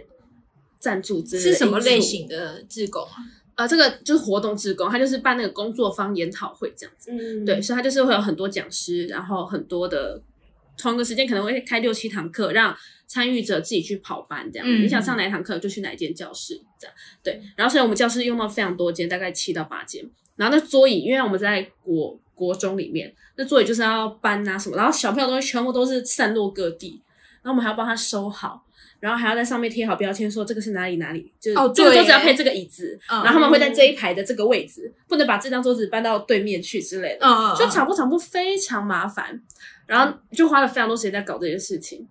[SPEAKER 4] 赞助之类的
[SPEAKER 1] 是什么
[SPEAKER 4] 因素
[SPEAKER 1] 类？型的自贡啊？
[SPEAKER 4] 呃，这个就是活动志工，他就是办那个工作坊研讨会这样子。
[SPEAKER 2] 嗯，
[SPEAKER 4] 对，所以他就是会有很多讲师，然后很多的同一个时间可能会开六七堂课，让参与者自己去跑班这样。
[SPEAKER 1] 嗯
[SPEAKER 4] 你想上哪一堂课就去哪一间教室这样。对，然后所以我们教室用到非常多间，大概七到八间。然后那桌椅，因为我们在国国中里面，那桌椅就是要搬啊什么，然后小朋友东西全部都是散落各地，然后我们还要帮他收好。然后还要在上面贴好标签，说这个是哪里哪里，就是
[SPEAKER 1] 哦
[SPEAKER 4] 这个
[SPEAKER 1] 对
[SPEAKER 4] 桌子要
[SPEAKER 1] 耶
[SPEAKER 4] 配这个椅子，
[SPEAKER 1] 嗯
[SPEAKER 4] 然后他们会在这一排的这个位置，不能把这张桌子搬到对面去之类的。
[SPEAKER 1] 嗯嗯，
[SPEAKER 4] 就场布场布非常麻烦，然后就花了非常多时间在搞这件事情。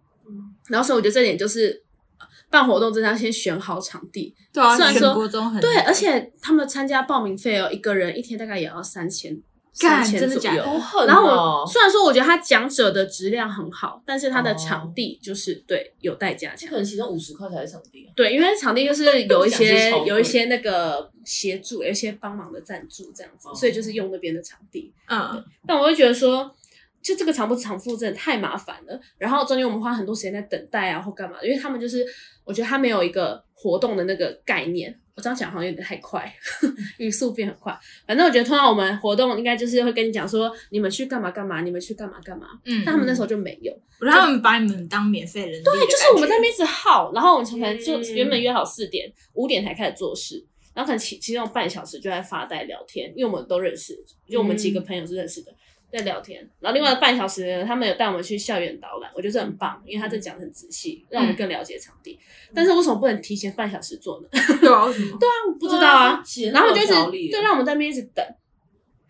[SPEAKER 4] 然后所以我觉得这点就是呃办活动真的要先选好场地，
[SPEAKER 1] 对啊，
[SPEAKER 4] 虽然
[SPEAKER 1] 选
[SPEAKER 4] 说
[SPEAKER 1] 国中很
[SPEAKER 4] 对，而且他们参加报名费哦，一个人一天大概也要三千，
[SPEAKER 1] 干
[SPEAKER 4] 三千
[SPEAKER 1] 真的
[SPEAKER 4] 左
[SPEAKER 1] 假的
[SPEAKER 4] 右。
[SPEAKER 3] 好狠
[SPEAKER 4] 然后
[SPEAKER 3] 哦
[SPEAKER 4] 我！虽然说我觉得他讲者的质量很好，但是他的场地就是、对有待加
[SPEAKER 3] 这
[SPEAKER 4] 强
[SPEAKER 3] 可。能其中五十块才是场地啊。
[SPEAKER 4] 对，因为场地 就是有一
[SPEAKER 3] 讲是
[SPEAKER 4] 些
[SPEAKER 3] 超贵
[SPEAKER 4] 有一些那个协助，有一些帮忙的赞助这样子，
[SPEAKER 3] 哦
[SPEAKER 4] 所以就是用那边的场地。
[SPEAKER 1] 嗯，
[SPEAKER 4] 但我会觉得说，就这个场不场复真的太麻烦了。然后中间我们花很多时间在等待啊，或干嘛，因为他们就是我觉得他没有一个活动的那个概念。我这样讲好像有点太快， 语速变很快。反正我觉得通常我们活动应该就是会跟你讲说，你们去干嘛干嘛，你们去干嘛干嘛。
[SPEAKER 1] 嗯，
[SPEAKER 4] 但他们那时候就没有，
[SPEAKER 1] 我让他们把你们当免费人力的感觉，
[SPEAKER 4] 对，就是我们在那边一直耗，然后我们可能就
[SPEAKER 2] 嗯
[SPEAKER 4] 原本约好四点，五点才开始做事，然后可能其其中半小时就在发呆聊天，因为我们都认识，就我们几个朋友是认识的，在聊天。然后另外半小时呢，他们有带我们去校园导览，我觉得这很棒，因为他这讲得很仔细，让我们更了解场地。但是为什么不能提前半小时做呢？
[SPEAKER 1] 对啊，为什么？对，
[SPEAKER 4] 不知道啊，
[SPEAKER 3] 对啊
[SPEAKER 4] 然后就一直
[SPEAKER 3] 写那种条例
[SPEAKER 4] 对，让我们在那边一直等。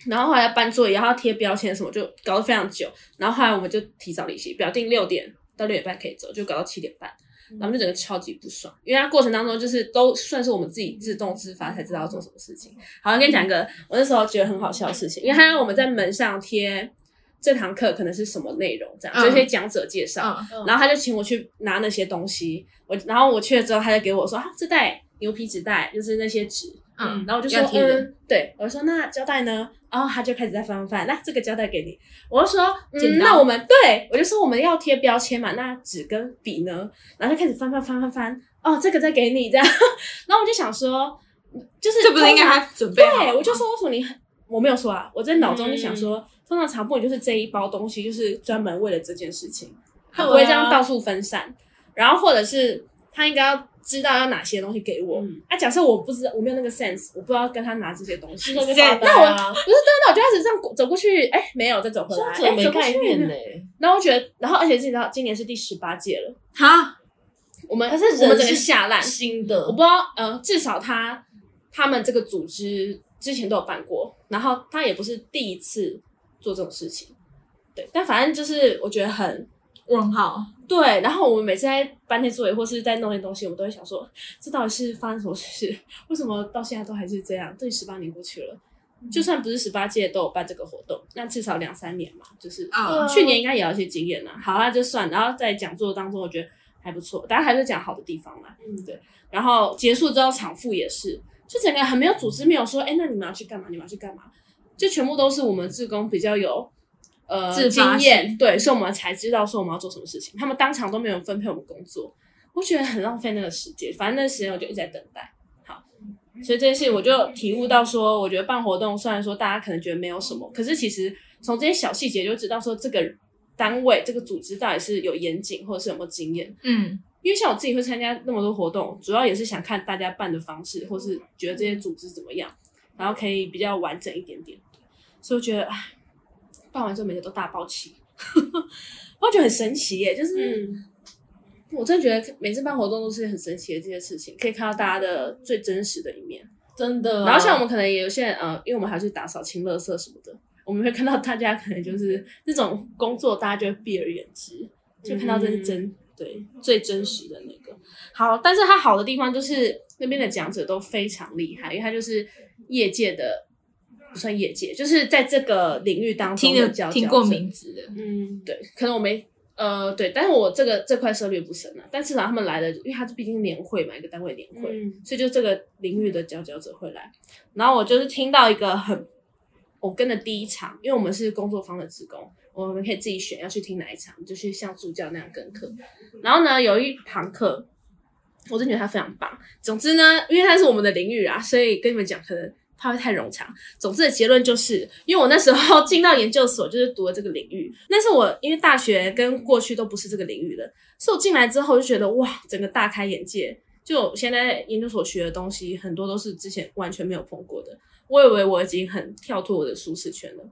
[SPEAKER 4] 然后后来要搬座椅，然后要贴标签什么，就搞得非常久。然后后来我们就提早离席，表定六点到六点半可以走，就搞到七点半，然后我们就整个超级不爽，因为它过程当中就是都算是我们自己自动自发才知道要做什么事情。好，我跟你讲一个我那时候觉得很好笑的事情，因为他让我们在门上贴这堂课可能是什么内容，这样
[SPEAKER 1] 嗯
[SPEAKER 4] 就一些讲者介绍。
[SPEAKER 1] 嗯，
[SPEAKER 3] 嗯
[SPEAKER 4] 然后他就请我去拿那些东西，我然后我去了之后，他就给我说啊，这袋牛皮纸袋就是那些纸，
[SPEAKER 1] 嗯
[SPEAKER 4] 然后我就说
[SPEAKER 1] 要贴人
[SPEAKER 4] 嗯，对，我说那胶带呢？然后他就开始在翻翻翻，那这个胶带给你，我就说
[SPEAKER 1] 剪
[SPEAKER 4] 嗯，
[SPEAKER 1] 刀
[SPEAKER 4] 那我们对我就说我们要贴标签嘛，那纸跟笔呢？然后就开始翻翻翻翻翻，哦，这个再给你这样， 然后我就想说，就是
[SPEAKER 1] 这不是应该
[SPEAKER 4] 通常
[SPEAKER 1] 他准备好吗嗯
[SPEAKER 4] 对，我就说为什么你很我没有说啊，我在脑中就想说，通常场部就是这一包东西，就是专门为了这件事情，他不会这
[SPEAKER 3] 啊
[SPEAKER 4] 样到处分散。然后或者是他应该要知道要哪些东西给我。
[SPEAKER 3] 嗯
[SPEAKER 4] 啊，假设我不知道，我没有那个 sense，我不知道跟他拿这些东西。
[SPEAKER 3] 那就
[SPEAKER 1] 这
[SPEAKER 3] 发
[SPEAKER 1] 样
[SPEAKER 3] 呆啊，
[SPEAKER 4] 不是，对，那我就开始这样过走过去，哎，没有，再走回来，
[SPEAKER 3] 这
[SPEAKER 4] 哎，
[SPEAKER 3] 没
[SPEAKER 4] 走过
[SPEAKER 3] 概
[SPEAKER 4] 去
[SPEAKER 3] 念呢。
[SPEAKER 4] 然后我觉得，然后而且你知道，今年是第十八届了，
[SPEAKER 1] 哈，
[SPEAKER 4] 我们
[SPEAKER 3] 可是
[SPEAKER 4] 我们
[SPEAKER 3] 人
[SPEAKER 4] 整个
[SPEAKER 3] 是
[SPEAKER 4] 下烂，
[SPEAKER 3] 新的，
[SPEAKER 4] 我不知道，呃，至少他他们这个组织之前都有办过，然后他也不是第一次做这种事情，对，但反正就是我觉得很
[SPEAKER 1] 问号，
[SPEAKER 4] 对，然后我们每次在搬那座椅或是在弄那东西，我们都会想说，这到底是发生什么事？ 为什么到现在都还是这样？对，十八年过去了。就算不是十八届都有办这个活动，那至少两三年嘛，就是、呃
[SPEAKER 1] 嗯
[SPEAKER 4] 去年应该也有一些经验啦。好，那就算。然后在讲座当中，我觉得还不错，大家还是讲好的地方啦。
[SPEAKER 2] 嗯
[SPEAKER 4] 对。然后结束之后，场副也是，就整个很没有组织，没有说，哎，那你们要去干嘛？你们要去干嘛？就全部都是我们志工比较有呃
[SPEAKER 1] 自发性
[SPEAKER 4] 经验，对，所以我们才知道说我们要做什么事情。他们当场都没有分配我们工作，我觉得很浪费那个时间。反正那时间我就一直在等待。好，所以这件事情我就体悟到说，我觉得办活动虽然说大家可能觉得没有什么，可是其实从这些小细节就知道说这个单位这个组织到底是有严谨或者是有没有经验。
[SPEAKER 1] 嗯，
[SPEAKER 4] 因为像我自己会参加那么多活动，主要也是想看大家办的方式，或是觉得这些组织怎么样，然后可以比较完整一点点。所以我觉得，唉，办完之后每个都大爆气， 我觉得很神奇耶！就是、
[SPEAKER 2] 嗯，
[SPEAKER 4] 我真的觉得每次办活动都是很神奇的这些事情，可以看到大家的最真实的一面。
[SPEAKER 3] 真的啊。
[SPEAKER 4] 然后像我们可能也有些人，呃，因为我们还要去打扫清垃圾什么的，我们会看到大家可能就是那种工作，大家就会避而远之，
[SPEAKER 3] 啊
[SPEAKER 1] 嗯
[SPEAKER 4] 就看到这是真、对最真实的那个。好，但是它好的地方就是那边的讲者都非常厉害，因为他就是业界的不算业界，就是在这个领域当中
[SPEAKER 1] 听
[SPEAKER 4] 的
[SPEAKER 1] 得
[SPEAKER 4] 佼
[SPEAKER 1] 听
[SPEAKER 4] 佼
[SPEAKER 1] 过
[SPEAKER 4] 者
[SPEAKER 1] 名字的，
[SPEAKER 4] 嗯，对，可能我没呃对，但是我这个这块涉猎不深啊。但至少他们来的，因为他是毕竟年会嘛，一个单位年会，
[SPEAKER 3] 嗯，
[SPEAKER 4] 所以就这个领域的佼佼者会来。然后我就是听到一个很，我跟的第一场，因为我们是工作坊的职工，我们可以自己选要去听哪一场，就去像助教那样跟课。然后呢，有一堂课，我真觉得他非常棒。总之呢，因为他是我们的领域啊，所以跟你们讲可能。怕会太冗长。总之的结论就是，因为我那时候进到研究所就是读了这个领域，但是我因为大学跟过去都不是这个领域的，所以我进来之后就觉得哇，整个大开眼界。就我现在研究所学的东西，很多都是之前完全没有碰过的。我以为我已经很跳脱我的舒适圈了，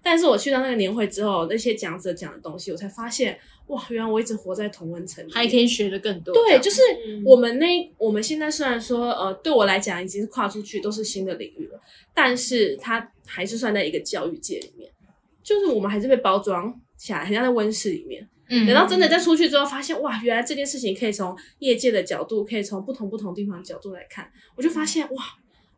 [SPEAKER 4] 但是我去到那个年会之后，那些讲者讲的东西，我才发现，哇，原来我一直活在同温层里面，
[SPEAKER 5] 还可以学的更多。这
[SPEAKER 4] 对，
[SPEAKER 5] 样
[SPEAKER 4] 就是
[SPEAKER 3] 嗯
[SPEAKER 4] 我们那我们现在虽然说呃，对我来讲已经是跨出去都是新的领域了，但是它还是算在一个教育界里面，就是我们还是被包装起来，很像在温室里面。
[SPEAKER 1] 嗯
[SPEAKER 4] 等到真的再出去之后，发现哇，原来这件事情可以从业界的角度，可以从不同不同地方的角度来看，我就发现哇，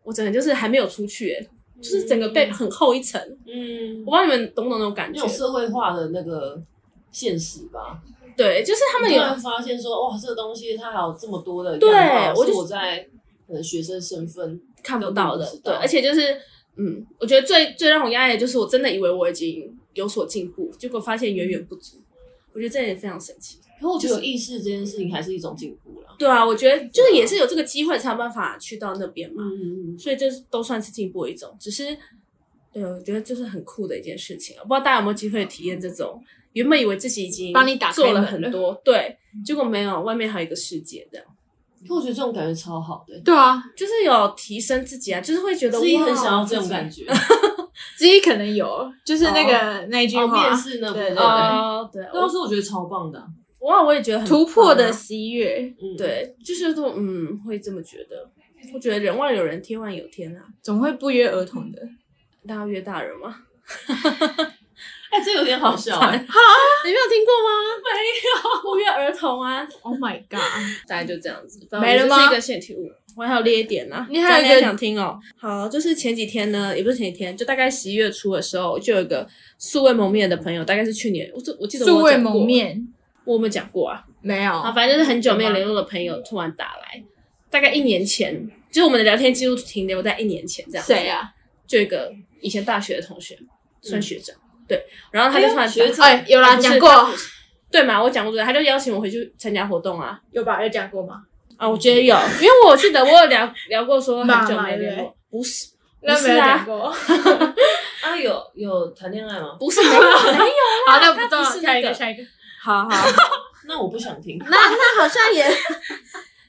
[SPEAKER 4] 我整个就是还没有出去、欸，就是整个被很厚一层。
[SPEAKER 3] 嗯
[SPEAKER 4] 我不，知道你们懂不懂那种感
[SPEAKER 3] 那
[SPEAKER 4] 觉
[SPEAKER 3] 种？社会化的那个现实吧，
[SPEAKER 4] 对，就是他们
[SPEAKER 3] 突
[SPEAKER 4] 有
[SPEAKER 3] 然发现说，哇，这个东西它还有这么多的样貌，
[SPEAKER 4] 对
[SPEAKER 3] 我
[SPEAKER 4] 我就
[SPEAKER 3] 我在可能学生身份，
[SPEAKER 4] 看不到
[SPEAKER 3] 根
[SPEAKER 4] 的
[SPEAKER 3] 本不知，道
[SPEAKER 4] 对，而且就是，嗯，我觉得最最让我压抑的就是，我真的以为我已经有所进步，结果发现远远不足。我觉得这也非常神奇。
[SPEAKER 3] 可我觉得有意识这件事情还是一种进步啦。
[SPEAKER 4] 对啊，我觉得就是也是有这个机会才有办法去到那边嘛，
[SPEAKER 3] 嗯，
[SPEAKER 4] 所以这都算是进步的一种。只是，对，我觉得这是很酷的一件事情啊。不知道大家有没有机会体验这种原本以为自己已经
[SPEAKER 5] 帮你打开
[SPEAKER 4] 做了
[SPEAKER 5] 门
[SPEAKER 4] 很
[SPEAKER 5] 了
[SPEAKER 4] 多，对，结果没有，外面还有一个世界这样。
[SPEAKER 3] 可我觉得这种感觉超好的、
[SPEAKER 5] 对啊，
[SPEAKER 4] 就是有提升自己啊，就是会觉得
[SPEAKER 3] 自己很
[SPEAKER 4] 哇
[SPEAKER 3] 想要这种
[SPEAKER 4] 自己
[SPEAKER 3] 感觉，
[SPEAKER 1] 自己可能有，就是那个那一句
[SPEAKER 3] 哦，面
[SPEAKER 1] 话，
[SPEAKER 3] 试那部
[SPEAKER 1] 对
[SPEAKER 3] 分，
[SPEAKER 1] 对
[SPEAKER 4] 哦，对，
[SPEAKER 3] 那
[SPEAKER 4] 我
[SPEAKER 3] 老师我觉得超棒的啊、
[SPEAKER 4] 哇，我也觉得很
[SPEAKER 1] 突破的
[SPEAKER 4] 棒啊
[SPEAKER 1] 十一月，
[SPEAKER 3] 嗯，
[SPEAKER 4] 对，就是说，嗯，会这么觉得。我觉得人外有人，天外有天啊，
[SPEAKER 1] 总会不约而同的。
[SPEAKER 4] 大家约大人 嘛。
[SPEAKER 3] 哎、这有点好笑、哎
[SPEAKER 4] 你没有听过吗？没有，不约而同啊，
[SPEAKER 1] Oh my god！
[SPEAKER 4] 大概就这样子。反正
[SPEAKER 1] 没了
[SPEAKER 4] 我
[SPEAKER 1] 吗
[SPEAKER 4] 就是一个线体物，我还有列一点呢、啊。
[SPEAKER 1] 你还有一个
[SPEAKER 4] 大家想听哦？好，就是前几天呢，也不是前几天，就大概十一月初的时候，就有一个素未谋面的朋友，大概是去年，我这我 记得我有
[SPEAKER 1] 素未
[SPEAKER 4] 讲过
[SPEAKER 1] 谋，面
[SPEAKER 4] 我有没有讲过啊？
[SPEAKER 1] 没有，
[SPEAKER 4] 啊，反正就是很久没有联络的朋友突然打来，大概一年前，就是我们的聊天记录停留在一年前这样。
[SPEAKER 1] 谁？啊？
[SPEAKER 4] 就一个以前大学的同学，算学长，对。然后他就突然打、
[SPEAKER 3] 学长
[SPEAKER 1] 哎，有啦，
[SPEAKER 4] 不是
[SPEAKER 1] 讲过，
[SPEAKER 4] 对嘛，我讲过对，他就邀请我回去参加活动啊
[SPEAKER 1] 有吧？有讲过吗？
[SPEAKER 4] 啊，我觉得有，因为我记得我有聊聊过说
[SPEAKER 1] 骂
[SPEAKER 4] 很久
[SPEAKER 1] 嘛
[SPEAKER 4] 没联
[SPEAKER 1] 对不
[SPEAKER 4] 络，不是
[SPEAKER 1] 那
[SPEAKER 4] 不
[SPEAKER 1] 没
[SPEAKER 4] 是
[SPEAKER 1] 有
[SPEAKER 4] 啊
[SPEAKER 1] 讲 过。
[SPEAKER 3] 啊，有有谈恋爱吗？
[SPEAKER 4] 不是没有啊没有，
[SPEAKER 1] 好，那不重
[SPEAKER 4] 他
[SPEAKER 1] 要，
[SPEAKER 4] 不是
[SPEAKER 1] 下一
[SPEAKER 4] 那
[SPEAKER 1] 个，
[SPEAKER 4] 个
[SPEAKER 1] 下一个。
[SPEAKER 4] 好好，
[SPEAKER 3] 那我不想听。
[SPEAKER 4] 那那 好像也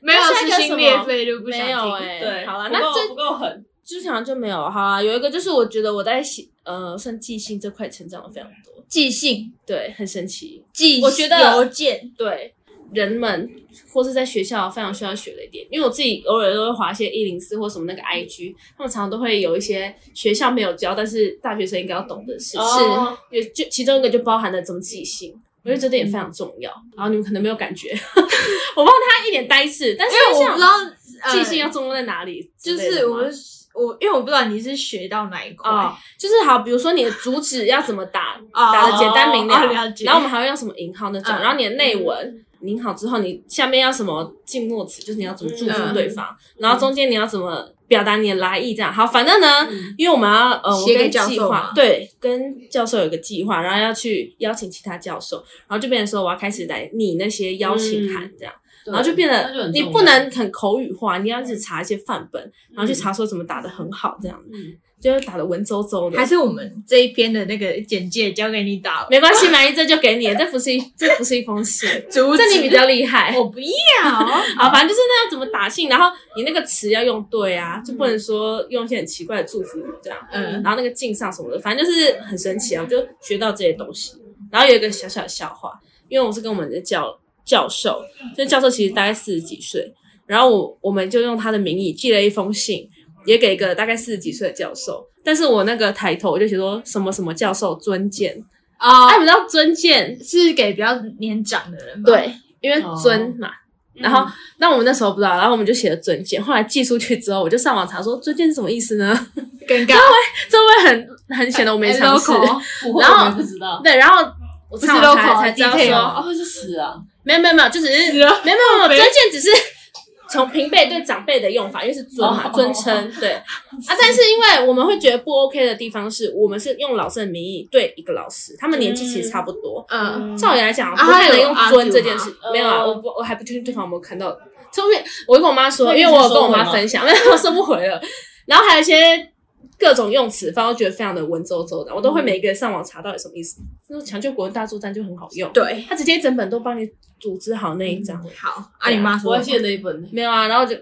[SPEAKER 1] 没有
[SPEAKER 4] 那下
[SPEAKER 1] 撕
[SPEAKER 4] 一个
[SPEAKER 1] 心裂肺就不想
[SPEAKER 4] 没有
[SPEAKER 1] 听。
[SPEAKER 4] 哎、
[SPEAKER 3] 对，
[SPEAKER 4] 好了，
[SPEAKER 3] 不
[SPEAKER 4] 那
[SPEAKER 3] 够
[SPEAKER 4] 这
[SPEAKER 3] 不够狠，
[SPEAKER 4] 职场就没有哈、有一个就是我觉得我在写呃算记性这块成长了非常多，
[SPEAKER 1] 寄信、
[SPEAKER 4] 对，很神奇。
[SPEAKER 1] 寄
[SPEAKER 4] 我觉得
[SPEAKER 1] 邮件，
[SPEAKER 4] 对人们或是在学校非常需要学的一点，因为我自己偶尔都会划一些一零四或什么那个 IG，他们常常都会有一些学校没有教，但是大学生应该要懂的事情。
[SPEAKER 3] 哦
[SPEAKER 4] 有就其中一个就包含了怎么记性，我觉得这点也非常重要。然后你们可能没有感觉， 我不知道他一脸呆滞，但是
[SPEAKER 1] 因为我不
[SPEAKER 4] 像
[SPEAKER 1] 知道呃
[SPEAKER 4] 记性要重在哪里之
[SPEAKER 1] 就
[SPEAKER 4] 类的吗，
[SPEAKER 1] 是我是我，因为我不知道你是学到哪一块
[SPEAKER 4] 哦，就是好，比如说你的主旨要怎么打，
[SPEAKER 1] 哦
[SPEAKER 4] 打的简单明了，
[SPEAKER 1] 哦了解
[SPEAKER 4] 然后我们还会用什么引号那种，
[SPEAKER 1] 嗯
[SPEAKER 4] 然后你的内文。引好之后，你下面要什么静默词，就是你要怎么祝
[SPEAKER 1] 嗯
[SPEAKER 4] 福对方，然后中间你要怎么表达你的来意，这样好。反正呢，
[SPEAKER 3] 嗯
[SPEAKER 4] 因为我们要呃，我
[SPEAKER 1] 写给
[SPEAKER 4] 跟
[SPEAKER 1] 教授
[SPEAKER 4] 计
[SPEAKER 1] 吗
[SPEAKER 4] 划对，跟教授有个计划，然后要去邀请其他教授，然后就变成说我要开始来拟那些邀请函这样，然后就变
[SPEAKER 3] 那就
[SPEAKER 1] 嗯
[SPEAKER 4] 得
[SPEAKER 3] 很重
[SPEAKER 4] 你
[SPEAKER 3] 要
[SPEAKER 4] 不能很口语化，你要一直查一些范本，然后去查说怎么打的很好这样。
[SPEAKER 3] 嗯，
[SPEAKER 4] 就是打的文绉绉的，
[SPEAKER 1] 还是我们这一篇的那个简介交给你打
[SPEAKER 4] 没关系，满意这就给你了，这不是一这不是一 封信，
[SPEAKER 1] 主旨
[SPEAKER 4] 这你比较厉害。
[SPEAKER 1] 我不 要，
[SPEAKER 4] 好，反正就是那要怎么打信，然后你那个词要用对啊，就不能说用一些很奇怪的祝福语这样，
[SPEAKER 1] 嗯
[SPEAKER 4] 然后那个敬上什么的，反正就是很神奇啊，我就学到这些东西。然后有一个小小的笑话，因为我是跟我们的教教授，这教授其实大概四十几岁，然后我我们就用他的名义寄了一封信，也给一个大概四十几岁的教授，但是我那个抬头我就写说什么什么教授尊见。
[SPEAKER 1] 啊
[SPEAKER 4] 哎，，你知道尊见？
[SPEAKER 1] 是给比较年长的人吧？，
[SPEAKER 4] 对，因为尊嘛，
[SPEAKER 1] 嗯
[SPEAKER 4] 然后，但我们那时候不知道，然后我们就写了准件。后来寄出去之后，我就上网查说准件是什么意思呢？
[SPEAKER 1] 尴尬，
[SPEAKER 4] 这会很很显得我没常识。
[SPEAKER 6] 不会，
[SPEAKER 4] 然后
[SPEAKER 6] 我也不知道，
[SPEAKER 4] 对，然后我
[SPEAKER 1] 哎不是
[SPEAKER 4] 上网查
[SPEAKER 1] local
[SPEAKER 4] 才知道
[SPEAKER 1] detail
[SPEAKER 4] 说，
[SPEAKER 1] 吗
[SPEAKER 3] 哦
[SPEAKER 6] 啊，是死啊，
[SPEAKER 4] 没有没有没有，就只是没
[SPEAKER 1] 啊
[SPEAKER 4] 有没有没有，真件只是从平辈对长辈的用法，因为是尊嘛
[SPEAKER 6] 哦
[SPEAKER 4] 尊称 对啊，但是因为我们会觉得不 OK 的地方是我们是用老师的名义对一个老师，他们年纪其实差不多，
[SPEAKER 1] 嗯，
[SPEAKER 4] 照理来讲
[SPEAKER 1] 啊
[SPEAKER 4] 不太能用
[SPEAKER 1] 还有
[SPEAKER 4] 尊
[SPEAKER 1] argue
[SPEAKER 4] 这件事
[SPEAKER 6] 吗，
[SPEAKER 4] 没有啊，
[SPEAKER 6] 哦
[SPEAKER 4] 我不我还不确定对方有没有看到，后面我就跟我妈说，
[SPEAKER 6] 那你
[SPEAKER 4] 因为我有
[SPEAKER 6] 是
[SPEAKER 4] 跟我
[SPEAKER 6] 收回
[SPEAKER 4] 妈
[SPEAKER 6] 吗
[SPEAKER 4] 分享，没 有我收不回了，然后还有一些。各种用词，反正我觉得非常的文绉绉的，我都会每一个上网查到底什么意思。那种抢救国文大作战就很好用，
[SPEAKER 1] 对，
[SPEAKER 4] 他直接整本都帮你组织好那一张。
[SPEAKER 1] 好，啊，你妈
[SPEAKER 3] 我
[SPEAKER 1] 说
[SPEAKER 3] 还记得那一本，
[SPEAKER 4] 没有啊，然后就，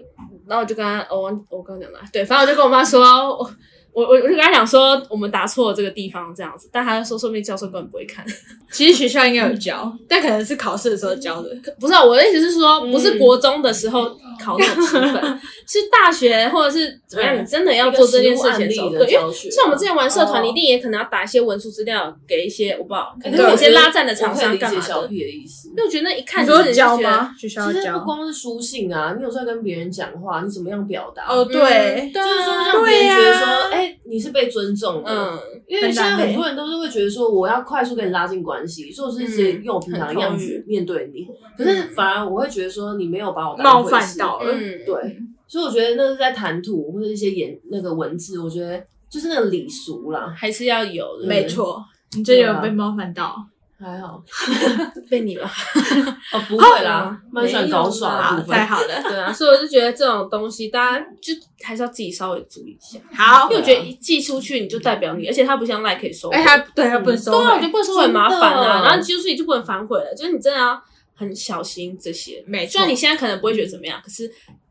[SPEAKER 4] 然后我就跟他，哦我忘我刚刚讲了，对，反正我就跟我妈说，我我我就跟他讲说，我们答错了这个地方这样子，但他就说，说不定教授根本不会看。
[SPEAKER 1] 其实学校应该有教，但可能是考试的时候教的。
[SPEAKER 4] 不是啊、我的意思是说，
[SPEAKER 6] 嗯
[SPEAKER 4] 不是国中的时候考那种成 本，是大学或者是怎么样，
[SPEAKER 3] 嗯
[SPEAKER 4] 你真的要做这件事情的时候，
[SPEAKER 3] 一个
[SPEAKER 4] 对，
[SPEAKER 3] 实
[SPEAKER 4] 因
[SPEAKER 3] 物案例的
[SPEAKER 4] 为
[SPEAKER 3] 教学，
[SPEAKER 4] 像我们之前玩社团，
[SPEAKER 6] 哦
[SPEAKER 4] 你一定也可能要打一些文书资料给一些我不知道，可
[SPEAKER 3] 哎
[SPEAKER 4] 能
[SPEAKER 1] 对
[SPEAKER 4] 有些
[SPEAKER 3] 我觉得
[SPEAKER 4] 拉赞的厂商
[SPEAKER 3] 我可以
[SPEAKER 4] 干
[SPEAKER 3] 理
[SPEAKER 4] 嘛
[SPEAKER 3] 解小
[SPEAKER 4] 的，
[SPEAKER 3] 屁的意思
[SPEAKER 4] 因。为我觉得那一看
[SPEAKER 1] 你
[SPEAKER 4] 就是
[SPEAKER 1] 说
[SPEAKER 4] 就
[SPEAKER 1] 教
[SPEAKER 4] 觉得
[SPEAKER 1] 吗？学校
[SPEAKER 3] 其实
[SPEAKER 1] 教
[SPEAKER 3] 不？光是书信啊，你有时候跟别人讲话，你怎么样表达？
[SPEAKER 1] 哦，对，
[SPEAKER 4] 对
[SPEAKER 3] 就是说
[SPEAKER 4] 啊，
[SPEAKER 3] 让别人觉得说
[SPEAKER 1] 对啊，
[SPEAKER 3] 哎、你是被尊重的。
[SPEAKER 4] 嗯，
[SPEAKER 3] 因为现在很多人都是会觉得说，我要快速跟你拉近关系，所以我是直接
[SPEAKER 4] 嗯
[SPEAKER 3] 用我平常的样子面对你。可是反而我会觉得说，你没有把我当
[SPEAKER 1] 冒
[SPEAKER 3] 一回
[SPEAKER 1] 犯
[SPEAKER 3] 事
[SPEAKER 1] 到了。
[SPEAKER 4] 嗯，
[SPEAKER 3] 对，所以我觉得那是在谈吐或者一些言那个文字，我觉得就是那个礼俗啦，
[SPEAKER 4] 还是要有的，
[SPEAKER 1] 没错，你这有被冒犯到。
[SPEAKER 3] 还好
[SPEAKER 4] 被你了。
[SPEAKER 3] 哦，不会啦，蛮喜欢搞
[SPEAKER 1] 好
[SPEAKER 3] 耍的，啊部
[SPEAKER 1] 太
[SPEAKER 3] 分。
[SPEAKER 1] 好了，
[SPEAKER 4] 对啊，所以我就觉得这种东西，大家就还是要自己稍微注意一下，
[SPEAKER 1] 好
[SPEAKER 4] 因为。我觉得一寄出去你就代表你，而且它不像赖可以收回，
[SPEAKER 1] 哎，他对他不能收
[SPEAKER 4] 对啊，我觉
[SPEAKER 1] 回，
[SPEAKER 4] 得不能收回很麻烦
[SPEAKER 3] 真
[SPEAKER 4] 啊，
[SPEAKER 3] 的
[SPEAKER 4] 然后你寄出去就不能反悔了，就是你真的要很小心这些。
[SPEAKER 1] 没错
[SPEAKER 4] 虽然你现在可能不会觉得怎么样，可是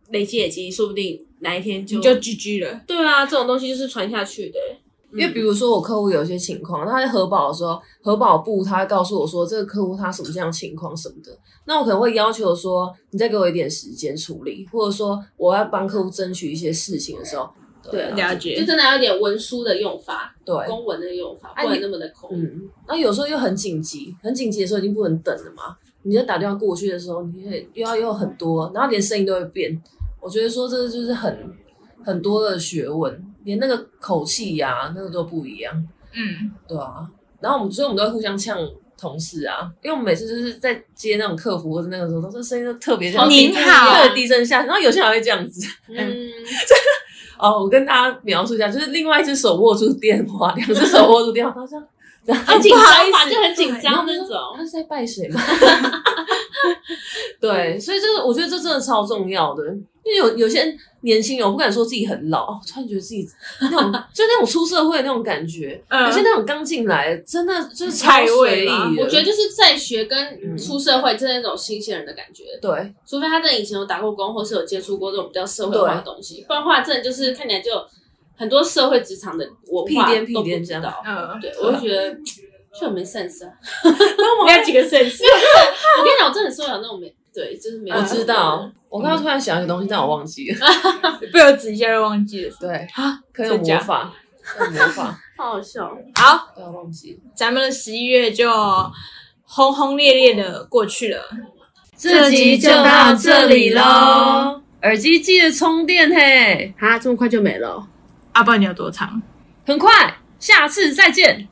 [SPEAKER 4] 累积累积，说不定哪一天就
[SPEAKER 1] 你就 GG 了。
[SPEAKER 4] 对啊，这种东西就是传下去的。
[SPEAKER 3] 因为比如说我客户有一些情况，他在核保的时候，核保部他会告诉我说这个客户他什么这样情况什么的，那我可能会要求说你再给我一点时间处理，或者说我要帮客户争取一些事情的时候，
[SPEAKER 4] 对啊，
[SPEAKER 1] 了
[SPEAKER 4] 就
[SPEAKER 1] 解，
[SPEAKER 4] 真的要有点文书的用法，
[SPEAKER 3] 对，
[SPEAKER 4] 公文的用法，
[SPEAKER 3] 哎
[SPEAKER 4] 不能那么的空。
[SPEAKER 3] 嗯，那有时候又很紧急，很紧急的时候已经不能等了嘛。你在打电话过去的时候，你也又要又很多，然后连声音都会变。我觉得说这就是很很多的学问，连那个口气呀、那个都不一样，
[SPEAKER 1] 嗯，
[SPEAKER 3] 对啊。然后我们所以我们都会互相呛同事啊，因为我们每次就是在接那种客服或者那个时候，都是声音都特别像
[SPEAKER 1] 哦您好
[SPEAKER 3] 特别低声下气，然后有些人还会这样子。
[SPEAKER 4] 嗯，
[SPEAKER 3] 哦，我跟大家描述一下，就是另外一只手握住电话，两只手握住电话，他这样，然后
[SPEAKER 4] 很紧
[SPEAKER 1] 不好
[SPEAKER 4] 张
[SPEAKER 1] 意
[SPEAKER 4] 吧，
[SPEAKER 1] 思
[SPEAKER 4] 就很紧张那
[SPEAKER 3] 哦
[SPEAKER 4] 种。
[SPEAKER 3] 他是在拜 谁吗？
[SPEAKER 1] 嗯
[SPEAKER 3] 对，所以这个我觉得这真的超重要的，因为有有些年轻人，我不敢说自己很老，哦突然觉得自己那种就那种出社会的那种感觉，
[SPEAKER 1] 嗯
[SPEAKER 3] 有些那种刚进来，真的就是超
[SPEAKER 1] 太
[SPEAKER 3] 随
[SPEAKER 1] 位
[SPEAKER 3] 意
[SPEAKER 1] 啦
[SPEAKER 3] 的，
[SPEAKER 4] 我觉
[SPEAKER 3] 得
[SPEAKER 4] 得就是在学跟
[SPEAKER 3] 嗯
[SPEAKER 4] 出社会，真的那种新鲜人的感觉。
[SPEAKER 3] 对，
[SPEAKER 4] 除非他真的以前有打过工，或是有接触过这种比较社会化的东西，不然的话真的就是看起来就很多社会职场的文化
[SPEAKER 3] 屁颠屁
[SPEAKER 4] 都不
[SPEAKER 3] 颠
[SPEAKER 4] 知
[SPEAKER 3] 这
[SPEAKER 4] 道。
[SPEAKER 1] 嗯，
[SPEAKER 4] 对，我就 觉得就很没 sense 啊。
[SPEAKER 1] 你有几个 sense？
[SPEAKER 4] 我跟你讲，我真的很受不了那种没对，就是
[SPEAKER 1] 嗯
[SPEAKER 4] 没有。
[SPEAKER 3] 我知道。我刚刚突然想一个东西，但我忘记了。
[SPEAKER 1] 被我指一下就忘记了。
[SPEAKER 3] 对，
[SPEAKER 1] 嗯啊，
[SPEAKER 3] 可以有
[SPEAKER 1] 真假
[SPEAKER 3] 魔法，可以有魔法，
[SPEAKER 4] 好好笑。
[SPEAKER 1] 好，
[SPEAKER 3] 对，我忘记了。
[SPEAKER 1] 咱们的十一月就轰轰烈烈的过去了。
[SPEAKER 4] 这集就到这里咯，
[SPEAKER 3] 耳机记得充电嘿。
[SPEAKER 4] 啊，这么快就没了？
[SPEAKER 1] 阿爸，你有多长？
[SPEAKER 3] 很快，下次再见，